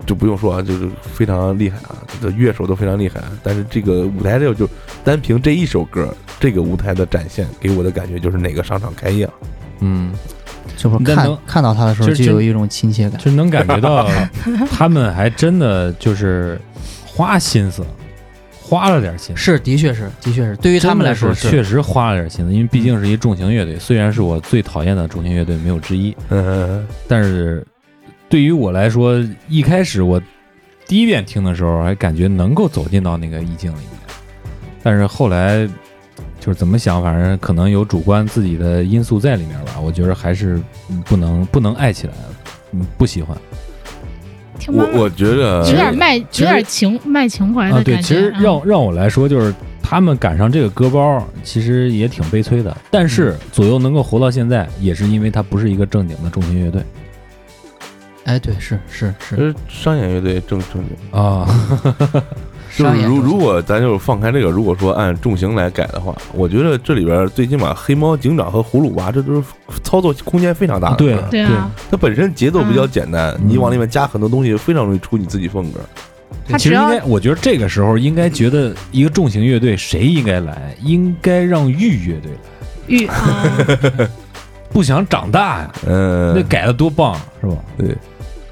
D: 就不用说啊，就是非常厉害啊，这个乐手都非常厉害。啊但是这个舞台这就单凭这一首歌，这个舞台的展现给我的感觉就是哪个商场开业了。
E: 嗯，
F: 就是
E: 但
F: 看
E: 能
F: 看到他的时候
E: 其实
F: 就
E: 真
F: 有一种亲切感。
E: 就能感觉
F: *laughs*
E: 到他们还真的就是花心思，花了点心思。
F: 是，的确是，的确是，对于他们来说
E: 真的是确实花了点心思，因为毕竟是一重型乐队，虽然是我最讨厌的重型乐队没有之一，
D: 嗯，
E: 但是对于我来说，一开始我第一遍听的时候还感觉能够走进到那个意境里面，但是后来就是怎么想，反正可能有主观自己的因素在里面吧，我觉得还是嗯不能不能爱起来，嗯，不喜欢
H: 听妈
D: 我
H: 妈
D: 我呃觉得
H: 有点卖，有
E: 其实
H: 点情卖情怀
E: 啊
H: 的。
E: 对，
H: 感觉。
E: 其实
H: 嗯
E: 让让我来说就是。他们赶上这个歌包，其实也挺悲催的。但是左右能够活到现在，也是因为他不是一个正经的重型乐队
F: 哎，对，是是
D: 其
F: 是，
D: 实商演乐队正正经。
E: 啊。
D: 就
F: 商
D: 是
F: 演
D: 如
F: 中心
D: 如果咱就是放开这个，如果说按重型来改的话，我觉得这里边最起码黑猫警长和葫芦娃这都是操作空间非常大的。
E: 对
H: 对啊，
D: 它本身节奏比较简单，
E: 嗯
D: 你往里面加很多东西，非常容易出你自己风格。
H: 他
E: 其
H: 只
E: 实应
H: 要
E: 该，我觉得这个时候应该觉得一个重型乐队谁应该来，应该让玉乐队来。
H: 遇啊，
E: 不想长大呀，
D: 嗯，
E: 那改的多棒是吧？
D: 对，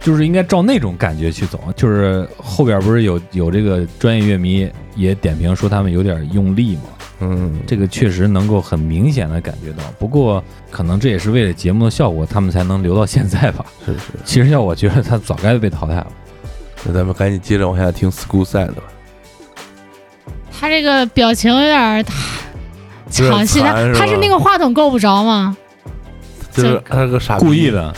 E: 就是应该照那种感觉去走。就是后边不是有有这个专业乐迷也点评说他们有点用力嘛，
D: 嗯，
E: 这个确实能够很明显的感觉到。不过可能这也是为了节目的效果，他们才能留到现在吧。
D: 是是。
E: 其实要我觉得他早该被淘汰了。
D: 那咱们赶紧接着往下听 School Side 吧。
H: 他这个表情有点儿
D: 点
H: 抢戏，他
D: 残是吧
H: 他是那个话筒够不着吗？
D: 就是他是个傻逼
E: 故
D: *laughs*
E: 意，的，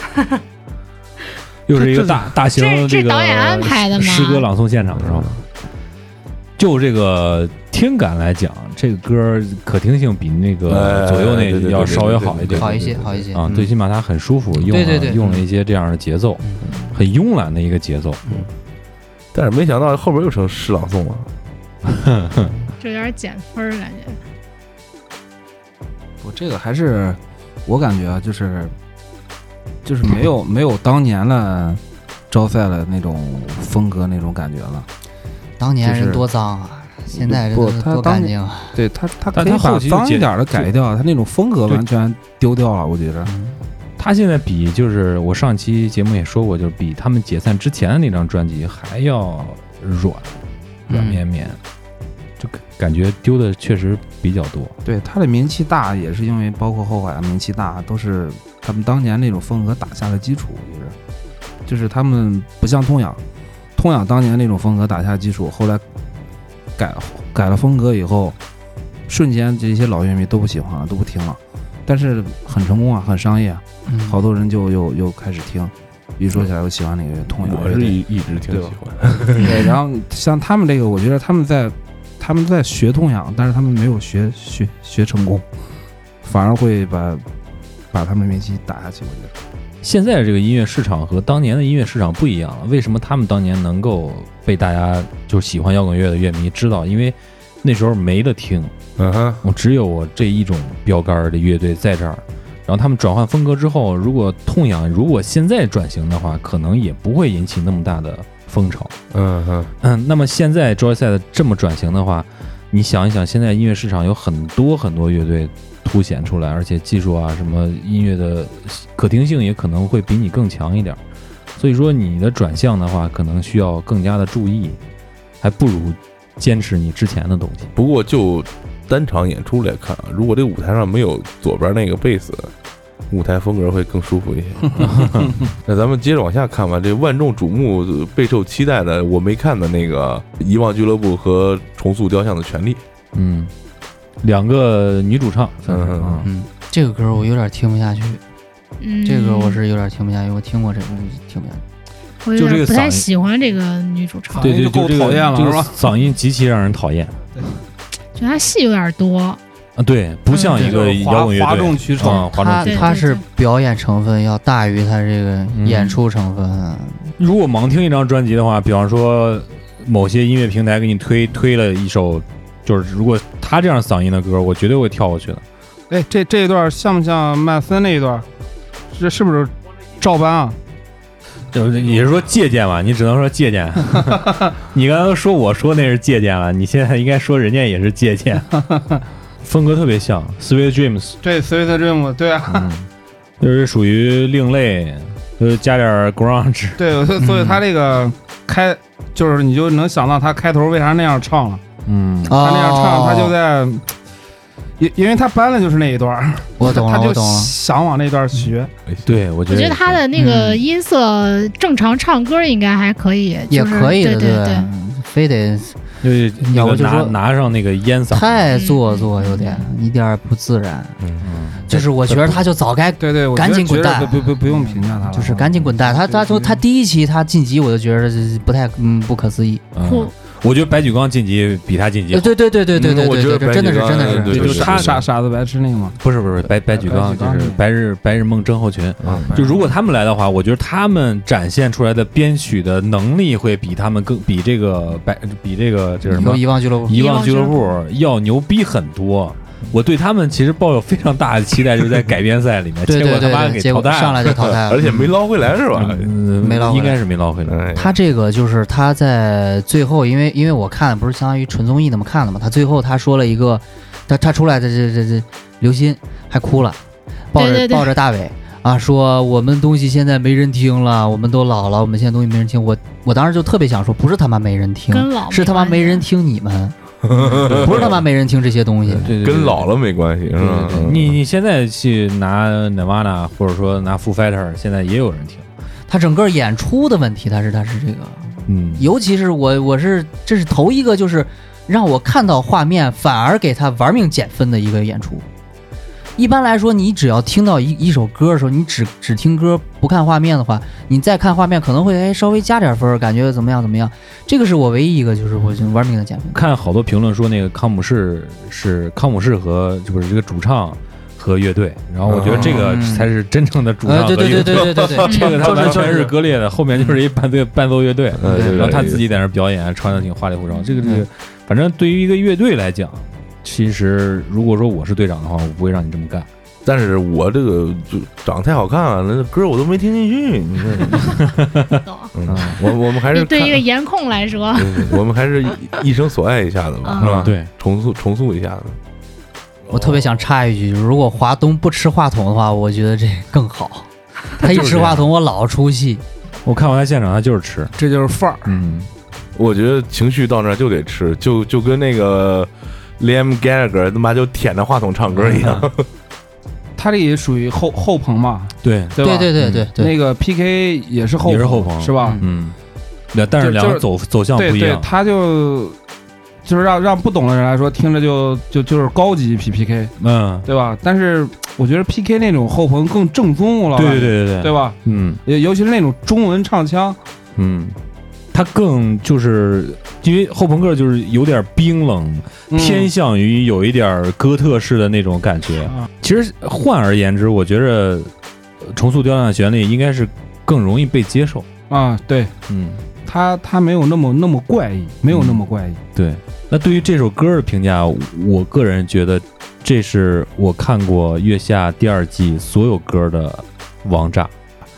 E: 又是一个大大型
H: 这
E: 这
H: 这
E: 个
H: 导演安排的吗
E: 诗歌朗诵现场是吧？就这个听感来讲，这个歌可听性比那个
D: 哎
E: 左右
D: 对对
E: 那
D: 对
E: 要稍微
D: 对对
E: 好一
D: 对
E: 点
F: 好一
D: 对
F: 些，
D: 对
F: 好一些。
E: 啊
D: 嗯，
E: 最起码它很舒服，用
F: 对对
E: 了
F: 对
H: 嗯
E: 用了一些这样的节奏，
F: 嗯
E: 很慵懒的一个节奏。
D: 但是没想到后边又成诗朗诵了。
H: 这有点减分儿感觉。
A: 我这个还是我感觉啊，就是就是没有没有当年了招赛了那种风格那种感觉了。
F: 当年
A: 就
F: 人
A: 是
F: 多脏啊，现在人
A: 不
F: 都
A: 他
F: 多
A: 当
F: 干
A: 年
F: 净啊。
A: 对他，他
E: 但
A: 可以
E: 他后
A: 把
E: 期就
A: 脏一
E: 剪
A: 点的改掉，他那种风格
E: 对
A: 完全丢掉了，我觉着。
F: 嗯
E: 他现在比就是我上期节目也说过，就是比他们解散之前的那张专辑还要软
H: 嗯
E: 软绵绵，就感感觉丢的确实比较多。
A: 对他的名气大，也是因为包括后海啊名气大，都是他们当年那种风格打下的基础。我觉着，就是他们不像痛仰，痛仰当年那种风格打下基础，后来改改了风格以后，瞬间这些老乐迷都不喜欢了，都不听了。但是很成功啊，很商业啊，
F: 嗯
A: 好多人就又又开始听。一说起来，我喜欢哪个痛仰乐队，
D: 我是一一直挺喜欢
G: *laughs*
D: 的。
A: 对，然后像他们这个，我觉得他们在他们在学痛痒，但是他们没有学学学成功，反而会把把他们的名气打下去。我觉得
E: 现在这个音乐市场和当年的音乐市场不一样了。为什么他们当年能够被大家就是喜欢摇滚乐的乐迷知道？因为那时候没得听，
D: 嗯哼，
E: 我只有我这一种标杆儿的乐队在这儿。然后他们转换风格之后，如果痛痒，如果现在转型的话，可能也不会引起那么大的风潮。
D: 嗯哼，
E: 嗯，那么现在 Joyce 这么转型的话，你想一想，现在音乐市场有很多很多乐队凸显出来，而且技术啊什么音乐的可听性也可能会比你更强一点儿。所以说你的转向的话，可能需要更加的注意，还不如坚持你之前的东西。
D: 不过就单场演出来看啊，如果这舞台上没有左边那个贝斯，舞台风格会更舒服一些。 *laughs* 那咱们接着往下看吧，这万众瞩目、呃备受期待的，我没看的那个《遗忘俱乐部》和《重塑雕像的权利》，
E: 嗯，两个女主唱，算是
D: 嗯嗯
E: 啊
F: 嗯，这个歌我有点听不下去，
H: 嗯，
F: 这个歌我是有点听不下去，我听过这个我就听不下去。
H: 我
E: 就
H: 有
E: 这个
H: 点不
E: 嗓
H: 太
E: 音
H: 喜欢这个女主唱，
E: 对
G: 哎
E: 对，
G: 就
E: 就
G: 够
E: 这个
G: 讨厌了
E: 这
G: *laughs*
E: 个
G: 是吧
E: *laughs* 嗓音极其让人讨厌
H: 觉得她戏有点多，
E: 啊，对，不像一个摇滚乐
G: 嗯
E: 队，
G: 哗众取宠
E: 啊，哗众
F: 他
E: 取
H: 对
E: 宠。
F: 他是表演成分要大于他这个演出成分，
E: 嗯如果盲听一张专辑的话，比方说某些音乐平台给你推推了一首，就是如果他这样嗓音的歌，我绝对会跳过去的。
G: 哎，这这一段像不像曼森那一段？这是不是照搬啊？
E: 就是也是说借鉴吧，你只能说借鉴。 *laughs* 你刚才都说我说那是借鉴了，你现在应该说人家也是借鉴，风格特别像 Sweet Dreams，
G: 对，Sweet Dream，对啊，
E: 嗯，就是属于另类，就是加点儿 grunge，
G: 对，所以所以他这个开就是你就能想到他开头为啥那样唱了，
E: 嗯，
G: 他
F: 他
G: 那样唱他就
F: 哦
G: 在，
A: 哦
G: 因因为他搬的就是那一段儿，
F: 我懂
G: 他
F: 了，
G: 就
F: 我懂了，
G: 想往那段儿学，
E: 对，我觉得
H: 我觉得他的那个
F: 嗯
H: 音色正常唱歌应该还可以，
F: 也
H: 就是
F: 可以的，
H: 对对对，
F: 非得
E: 就是那
F: 要
E: 个
F: 不就
E: 拿
F: 说
E: 拿上那个烟嗓，
F: 太做作，有点一点儿不自然。
E: 嗯
F: 就是我觉得他就早
E: 哦
F: 该
G: 对对，我觉
F: 赶
G: 得
F: 紧
G: 觉
F: 滚
G: 得
F: 蛋
G: 不不不用评价他了，
F: 就是赶紧滚蛋。他他从他第一期他晋级，我就觉得这不太嗯不可思议。
E: 嗯
H: 酷，
E: 我觉得白举纲晋级比他晋级
F: 对
E: 好，
F: 对对对对对
D: 嗯我觉
F: 对
D: 得
F: 对，
D: 白
F: 这真的是
D: 举纲
F: 真的
D: 对
F: 是，
G: 就
D: 对
G: 是
D: 对
G: 他
D: 对
G: 傻傻子白痴那个嘛，
E: 不是不是白白举纲
G: 白举
E: 就
G: 纲
E: 是
G: 那个
E: 白日白日梦症候群，
D: 嗯
E: 就如果他们来的话，我觉得他们展现出来的编曲的能力会比他们更比这个白比这个这是什
F: 有
E: 么
F: 遗忘俱乐部，
E: 遗忘俱乐部要牛逼很多。我对他们其实抱有非常大的期待，就是在改编赛里面，
F: 对
E: 结果他
F: 对对
E: 妈给
F: 对，结
E: 淘
F: 果
E: 汰了，
F: 上来就淘
E: *laughs*
F: 汰
D: 哎
F: 了，
D: 而且没捞回来是吧？
E: 嗯
F: 没捞回来
E: 应该是没捞回来。
D: 哎，
F: 他这个就是他在最后，因为因为我看不是相当于纯综艺那么看的嘛，他最后他说了一个，他他出来的这这这刘鑫还哭了，抱着
H: 对对对
F: 抱着大伟啊，说我们东西现在没人听了，我们都老了，我们现在东西没人听。我我当时就特别想说，不是他妈没人听，
H: 跟老
F: 是他妈
H: 关系啊
F: 没人听你们， *laughs* 不是他妈没人听这些东西。
E: 对对对
D: 嗯跟老了没关系是
E: 对
D: 吧
E: 对？对
D: 嗯
E: 你你现在去拿 Nirvana 或者说拿 Foo Fighter，现在也有人听。
F: 他整个演出的问题，他是他是这个，
E: 嗯，
F: 尤其是我我是这是头一个就是让我看到画面，反而给他玩命减分的一个演出。一般来说，你只要听到一一首歌的时候，你只只听歌不看画面的话，你再看画面可能会哎稍微加点分儿，感觉怎么样怎么样。这个是我唯一一个就是我就玩命的减分。
E: 看好多评论说那个康姆士是康姆士和就不是这个主唱和乐队，然后我觉得这个
F: 嗯
E: 才是真正的主唱
F: 呃，
E: 和
F: 对
E: 乐
F: 对对
E: 队。
F: 对对对对，
H: 嗯
E: 这个他完全是
F: 歌。
E: 割裂的，后面就是一伴奏伴奏乐队，
D: 嗯
F: 嗯对
D: 对
E: 然后他
D: 对
E: 自己在那儿表演，穿的挺花里胡哨。这个这个
F: 嗯，
E: 反正对于一个乐队来讲，其实如果说我是队长的话，我不会让你这么干。
D: 但是我这个就长得太好看了，那歌我都没听进去。你看，
H: 懂
D: 嗯，我我们还是
H: 对对
D: 看
H: 一个颜控来说，
D: 对对我们还是一生所爱一下子吧，
H: 嗯
D: 是吧？，
E: 对，
D: 重塑重塑一下子。
F: *laughs* 我特别想插一句，如果华东不吃话筒的话，我觉得这更好。他一吃话筒，我老出戏。
E: 我看完他现场，他就是吃，
G: 这就是范儿。
E: 嗯，
D: 我觉得情绪到那儿就得吃，就就跟那个 Liam Gallagher 他妈就舔着话筒唱歌一 *laughs* 样。
G: 他这也属于后后朋嘛，
E: 对，嗯
G: 对吧？
F: 对对对对对，
G: 那个 PK 也是后
E: 也是后朋
G: 是吧？
F: 嗯
E: 嗯，那但是
G: 就
E: 两
G: 就
E: 个
G: 是
E: 走走向
G: 对
E: 不一
G: 对
E: 样，，
G: 他就就是让让不懂的人来说，听着就就就是高级 P P K，
E: 嗯，
G: 对吧？但是我觉得 P K 那种后朋更正宗，我老
E: 对
G: 感
E: 对
G: 觉
E: 对对
G: 对，吧？
E: 嗯
G: 尤尤其是那种中文唱腔，
E: 嗯。他更就是因为后朋克就是有点冰冷，
G: 嗯
E: 偏向于有一点儿哥特式的那种感觉。
G: 啊
E: 其实换而言之，我觉着呃重塑雕像的旋律应该是更容易被接受。
G: 啊，对
E: 嗯，
G: 他他没有那么那么怪异，没有那
A: 嗯
G: 么怪异。
E: 对。那对于这首歌的评价，我个人觉得这是我看过月下第二季所有歌的王炸。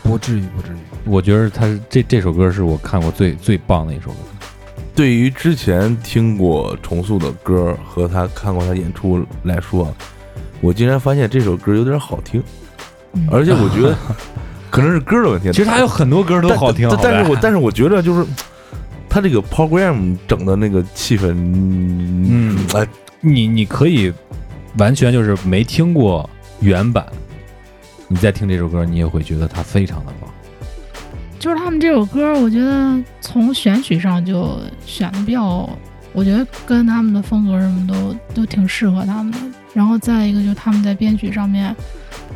G: 不至于，不至于。
E: 我觉得它是这这首歌是我看过最最棒的一首歌。
D: 对于之前听过重塑的歌和他看过他演出来说，我竟然发现这首歌有点好听，
H: 嗯
D: 而且我觉得 *laughs* 可能是歌的问题。
E: 其实它有很多歌都
D: 但
E: 好听，
D: 但
E: 好吧
D: 但是我但是我觉得就是他这个 program 整的那个气氛，嗯
E: 嗯
D: 哎，
E: 你你可以完全就是没听过原版，你再听这首歌，你也会觉得它非常的棒。
H: 就是他们这首歌，我觉得从选曲上就选的比较我觉得跟他们的风格什么都都挺适合他们的。然后再一个就是他们在编曲上面，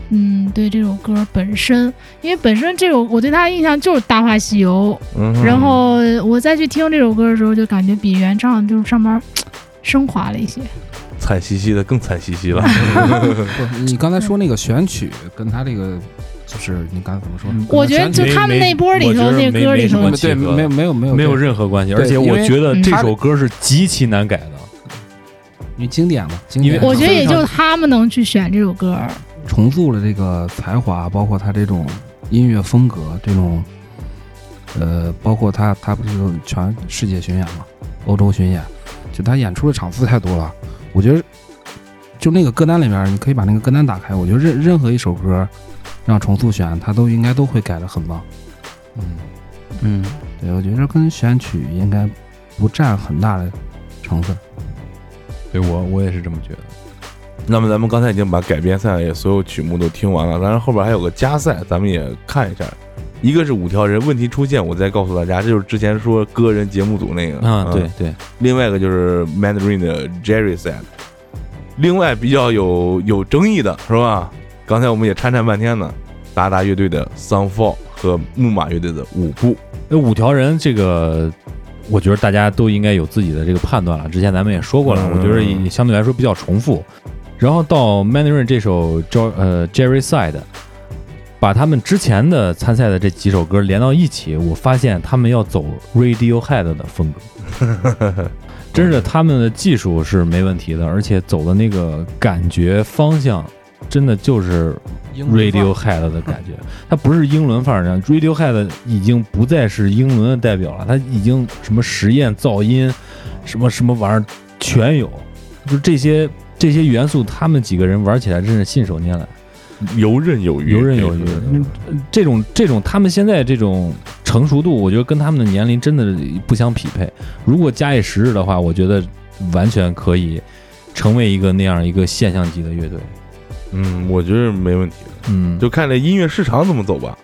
H: 嗯，对这首歌本身，因为本身这首我对他的印象就是《大话西游》，
D: 嗯哼
H: 然后我再去听这首歌的时候，就感觉比原唱就是上面儿升华了一些。
D: 惨兮兮的更惨兮
E: *laughs*
D: 兮了，
A: 不，你刚才说那个选曲跟他这个，就是你刚才怎么说？
G: 嗯
H: 嗯我觉得就
E: 没
H: 他们那波里头
E: 没
H: 那
E: 没
H: 歌里
E: 没什
H: 头
E: 么，
A: 对，
E: 契合的
A: 没有没有没有
E: 没有
A: 这
E: 任何关系，
A: 对
E: 而且我
A: 因为
E: 觉得这
H: 嗯他
E: 首歌是极其难改的。
A: 因为经典嘛，经
E: 因为
A: 典嘛。
H: 我觉得也
A: 所以
H: 就
A: 它
H: 他们能去选这首歌儿。
A: 重塑了这个才华，包括他这种音乐风格，这种呃，包括他他不是全世界巡演嘛，欧洲巡演，就他演出的场次太多了。我觉得就那个歌单里面，你可以把那个歌单打开，我觉得任任何一首歌让重塑选，他都应该都会改的很棒。嗯，
F: 嗯，
A: 对，我觉得跟选曲应该不占很大的成分。
E: 对我我也是这么觉得。
D: 那么咱们刚才已经把改编赛也所有曲目都听完了，当然后边还有个加赛，咱们也看一下。一个是五条人，问题出现我再告诉大家，这就是之前说歌人节目组那个
H: 嗯
E: 啊，对。对，
D: 另外一个就是 Mandarin 的 Jerry Set。另外比较有有争议的是吧？刚才我们也掺掺半天呢，达达乐队的 Sunfall 和木马乐队的舞步。
E: 那五条人这个，我觉得大家都应该有自己的这个判断了。之前咱们也说过了，
D: 嗯
E: 我觉得也相对来说比较重复。然后到 Mandarin 这首 Jo 呃 Jerry Side，把他们之前的参赛的这几首歌连到一起，我发现他们要走 Radiohead 的风格。真是他们的技术是没问题的，而且走的那个感觉方向，真的就是
A: 英
E: Radiohead 的感觉，它不是英伦范儿的，Radiohead 已经不再是英伦的代表了，它已经什么实验噪音，什么什么玩意儿全有，就这些这些元素，他们几个人玩起来真是信手拈来，
D: 游刃有余，
E: 游刃有余
D: 这个
E: 嗯这种这种他们现在这种成熟度，我觉得跟他们的年龄真的不相匹配。如果假以时日的话，我觉得完全可以成为一个那样一个现象级的乐队。
D: 嗯，我觉得没问题的，
E: 嗯，
D: 就看这音乐市场怎么走吧，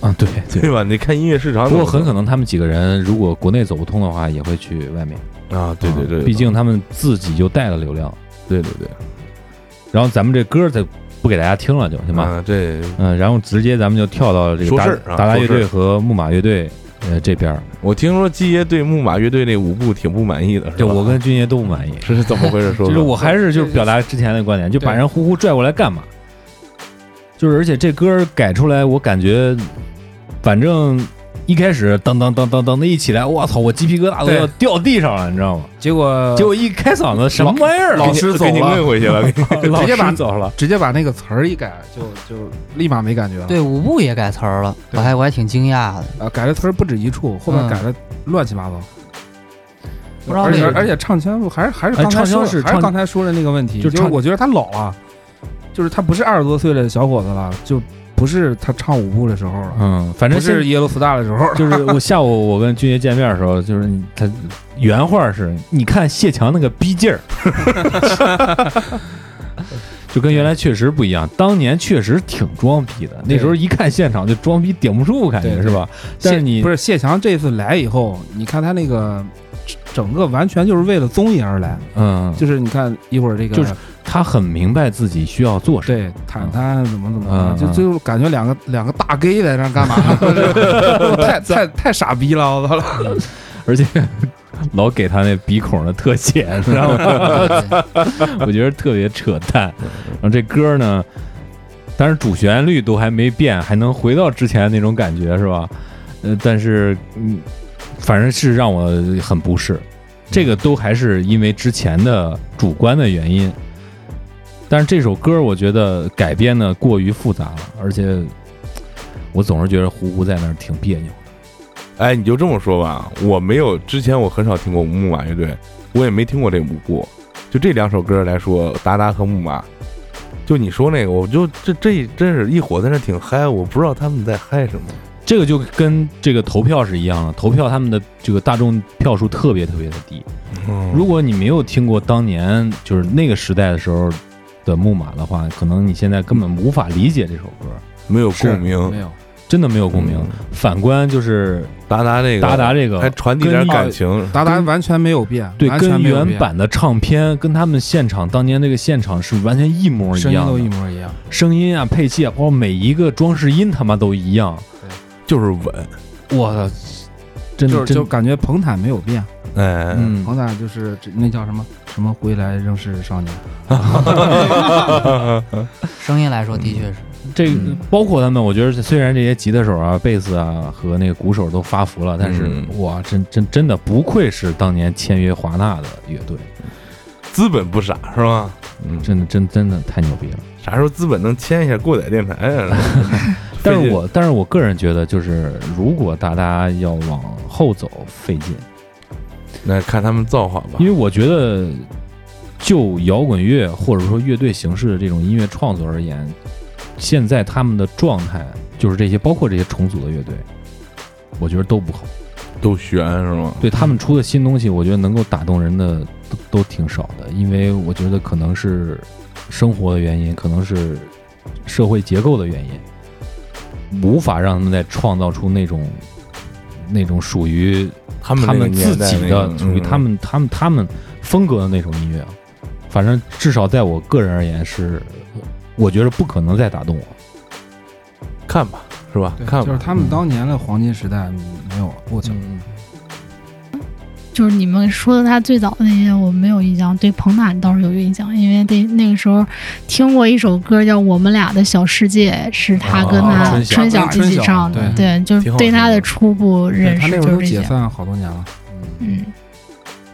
E: 啊，对对。
D: 对吧？你看音乐市场
E: 不
D: 怎么走，
E: 过很可能他们几个人如果国内走不通的话，也会去外面。
D: 啊，对对对，
E: 毕竟他们自己就带了流量。
D: 对对对，
E: 然后咱们这歌儿再不给大家听了就行吧。
D: 啊，对，
E: 嗯，然后直接咱们就跳到这个
D: 说
E: 达
D: 事儿啊
E: 达达
D: 说
E: 乐
D: 事儿
E: 队和木马乐队呃这边儿。
D: 我听说基爷对木马乐队那舞步挺不满意的，是吧
E: 对我跟军爷都不满意。
D: 这 *laughs* 是怎么回事？说
E: 就是
D: 说
E: 我还是就是表达之前的观点，就把人呼呼拽过来干嘛？就是而且这歌儿改出来，我感觉反正一开始当当当当当的一起来，我操，我鸡皮疙瘩都要掉地上了，你知道吗？
A: 结果
E: 结果一开嗓子什么玩意儿，
G: 老师走
D: 给你
G: 了
D: 摁，回去
E: *laughs*
D: 了，给你
E: 老
A: 直接把
E: 师走了。
A: 直接把那个词儿一改，就就立马没感觉了。
F: 对，舞步也改词儿了，我
A: 嗯对
F: 还我还挺惊讶的。
A: 啊，改的词儿不止一处，后面
F: 嗯
A: 改的乱七八糟。
F: 不知道
A: 而且
F: 为什么
A: 而且唱腔还是还是
E: 哎
A: 刚才
E: 唱腔
A: 说的
E: 是
A: 还是
E: 唱
A: 刚才说的那个问题，
E: 就
A: 就是
E: 唱
A: 我觉得他老了，就是他不是二十多岁的小伙子了，就不是他唱舞步的时候了，
E: 嗯，反
A: 不
E: 正现
A: *laughs* 是耶鲁斯大的时候了。
E: 就是我下午我跟军爷见面的时候，就是你他原话是：“你看谢强那个逼劲儿， *laughs* 就跟原来确实不一样。当年确实挺装逼的，那时候一看现场就装逼顶不住，感觉
A: 对
E: 是吧？但是
A: 谢
E: 你
A: 不是谢强这次来以后，你看他那个整个完全就是为了综艺而来，
E: 嗯，
A: 就是你看一会儿这个
E: 就是他很明白自己需要做什么。
A: 对谈谈怎么怎么
E: 嗯，
A: 就
E: 嗯
A: 就感觉两个两个大 gay 在那干嘛？ *laughs*
E: *laughs*
A: 太太太傻逼了，我操！
E: 而且 *laughs* 老给他那鼻孔的特写，你知道吗？我觉得特别扯淡。然后这歌呢，但是主旋律都还没变，还能回到之前那种感觉，是吧？呃，但是嗯，反正是让我很不适。这个都还是因为之前的主观的原因，但是这首歌我觉得改编的过于复杂了，而且我总是觉得胡胡在那儿挺别扭的。
D: 哎，你就这么说吧，我没有之前我很少听过木马乐队，我也没听过这舞步。就这两首歌来说，达达和木马，就你说那个，我就这这真是一伙在那挺嗨，我不知道他们在嗨什么。
E: 这个就跟这个投票是一样的，投票他们的这个大众票数特别特别的低。嗯如果你没有听过当年就是那个时代的时候的木马的话，可能你现在根本无法理解这首歌。
D: 没有
E: 嗯
A: 是
D: 共鸣，
A: 有，
E: 真的没有共鸣。
D: 嗯
E: 反观就是
D: 达达这个
E: 达达这个
D: 还传递点
E: 跟
D: 感情，
A: 达达完全没有变，
E: 对，
A: 完全
E: 跟
A: 没有
E: 原
A: 变
E: 版的唱片，跟他们现场当年那个现场是完全一模一
A: 声音
E: 样
A: 都一
E: 的，
A: 模一样。
E: 声音啊、配器啊，包括每一个装饰音他妈都一样，
D: 就是稳，
E: 我操，真
A: 就
E: 的
A: 是就
E: 真
A: 感觉彭坦没有变，
D: 哎，
E: 嗯，
A: 彭坦就是这那叫什么什么归来仍是少年，
F: 声音来说的确是，
E: 这个
A: 嗯
E: 包括他们，我觉得虽然这些吉他手啊、贝斯啊和那个鼓手都发福了，但是、
D: 嗯
E: 哇，真真真的不愧是当年签约华纳的乐队，
D: 资本不傻是吧？嗯，
E: 真的真真的太牛逼了。
D: 啥时候资本能签一下过载电台啊
E: *laughs*
D: 呀？
E: 但是我但是我个人觉得，就是如果大家要往后走，费劲，
D: 那看他们造化吧
E: 因。为我觉得就摇滚乐或者说乐队形式的这种音乐创作而言，现在他们的状态就是这些，包括这些重组的乐队，我觉得都不好。
D: 都悬是吗？
E: 对他们出的新东西，我觉得能够打动人的都都挺少的，因为我觉得可能是生活的原因，可能是社会结构的原因，无法让他们再创造出那种那种属于
D: 他们
E: 他
D: 那个
E: 们自
D: 年代
E: 己
D: 那
E: 的
D: 个嗯
E: 属于他们他们他们风格的那种音乐啊。反正至少在我个人而言是，我觉得不可能再打动我。
D: 嗯看吧，是吧？看吧，
A: 就是他们当年的黄金时代没有过去。
E: 嗯，
H: 就是你们说的他最早的那些，我没有印象，对彭坦倒是有印象，因为那那个时候听过一首歌叫《我们俩的小世界》，是他跟
D: 啊
H: 他
E: 春晓
H: 春晓
A: 跟
H: 一
A: 春
H: 起
A: 晓
H: 唱的，
A: 对
H: 对，就是
D: 挺好
H: 对
D: 听
H: 他
D: 的
H: 的初步
A: 对
H: 认
A: 他
H: 识
A: 那会儿
H: 就
A: 都
H: 是这
A: 解
H: 些，
A: 散好多年
H: *laughs*
A: 了，
H: 嗯，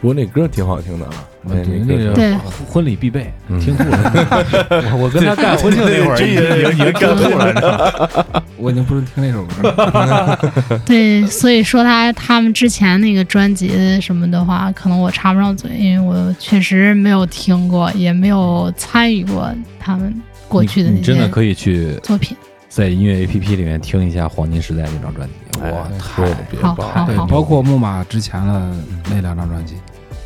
D: 不过那歌挺好听的啊，
E: 对，那
D: 歌
E: 个
H: 对
E: 婚礼必备，
D: 嗯
E: 听吐了。 *laughs* 我我跟他干婚庆
D: *laughs*
E: 那会儿
D: 对对对
E: 已经已经干吐了，你知道吗
A: 我已经不是听那首歌了。
H: 对，所以说他他们之前那个专辑什么的话，可能我插不上嘴，因为我确实没有听过，也没有参与过他们过去的
E: 你
H: 那
E: 你真的
H: 些
E: 可以去
H: 作品。在
E: 在音乐 APP 里面听一下《黄金时代》这张专辑，
D: 哎
E: 哇，太
D: 别
H: 好
D: 棒
H: 好
D: 了
A: 对
H: 好，
A: 包括木马之前的那两张专辑，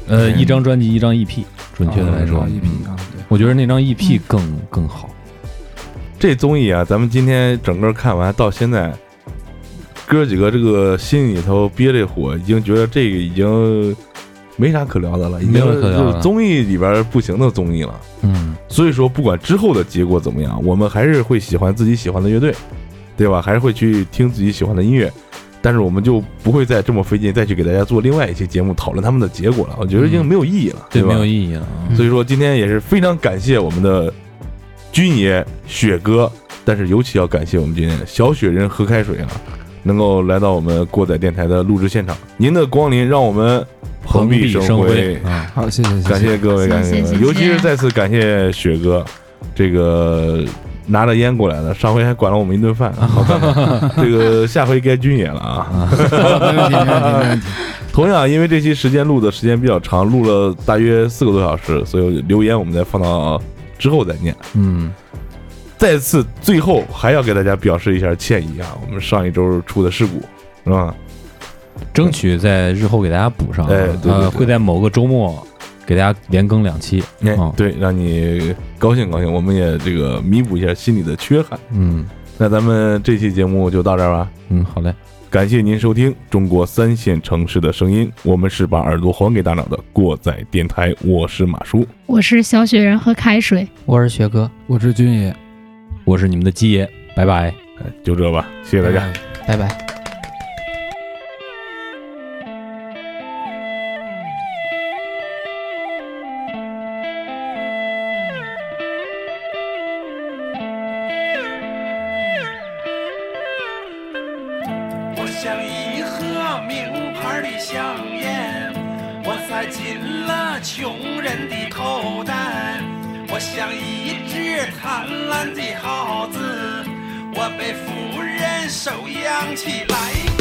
E: 呃，一张专辑一张 EP，准确的来说，
D: E
A: 一批
E: 嗯
A: 啊，对，
E: 我觉得那张
H: 嗯
E: EP 更更好。
D: 这综艺啊，咱们今天整个看完到现在，哥几个这个心里头憋这火，已经觉得这个已经没啥可聊的了，已经
E: 没有可聊的了
D: 就是综艺里边不行的综艺了。
E: 嗯，
D: 所以说，不管之后的结果怎么样，我们还是会喜欢自己喜欢的乐队，对吧？还是会去听自己喜欢的音乐，但是我们就不会再这么费劲，再去给大家做另外一期节目讨论他们的结果了。我觉得已经没有意义了，
E: 对，
D: 吧？
E: 嗯没有意义了。啊。
D: 所以说今天也是非常感谢我们的军爷雪哥，但是尤其要感谢我们今天的小雪人喝开水啊，能够来到我们过载电台的录制现场。您的光临让我们蓬荜
E: 生
D: 生
E: 辉啊，
A: 好，谢谢，谢谢
D: 感谢各位，
H: 谢谢
D: 感谢各
H: 谢
D: 位，
H: 谢
D: 尤其是再次感谢雪哥，这个拿着烟过来的，上回还管了我们一顿饭，好饭饭 *laughs* 这个下回该军爷了啊。
A: 没问题，没问题，没问题。
D: 同样，因为这期时间录的时间比较长，录了大约四个多小时，所以留言我们再放到之后再念。
E: 嗯，
D: 再次最后还要给大家表示一下歉意啊，我们上一周出的事故是吧？
E: 争取在日后给大家补上啊。
D: 哎对对对
E: 呃，会在某个周末给大家连更两期。
D: 哎
E: 哦，
D: 对，让你高兴高兴，我们也这个弥补一下心里的缺憾。
E: 嗯
D: 那咱们这期节目就到这儿吧，
E: 嗯，好嘞，
D: 感谢您收听中国三线城市的声音，我们是把耳朵还给大脑的过载电台，我是马叔，
H: 我是小雪人喝开水。
F: 我是雪哥，
A: 我是军爷，
E: 我是你们的鸡爷，拜拜。
D: 哎，就这吧，谢谢大家。
F: 拜拜。
B: 我像一盒名牌的香烟，我塞进了穷人的口袋。我像一只贪婪的耗子，我被富人收养起来。哎啊啊啊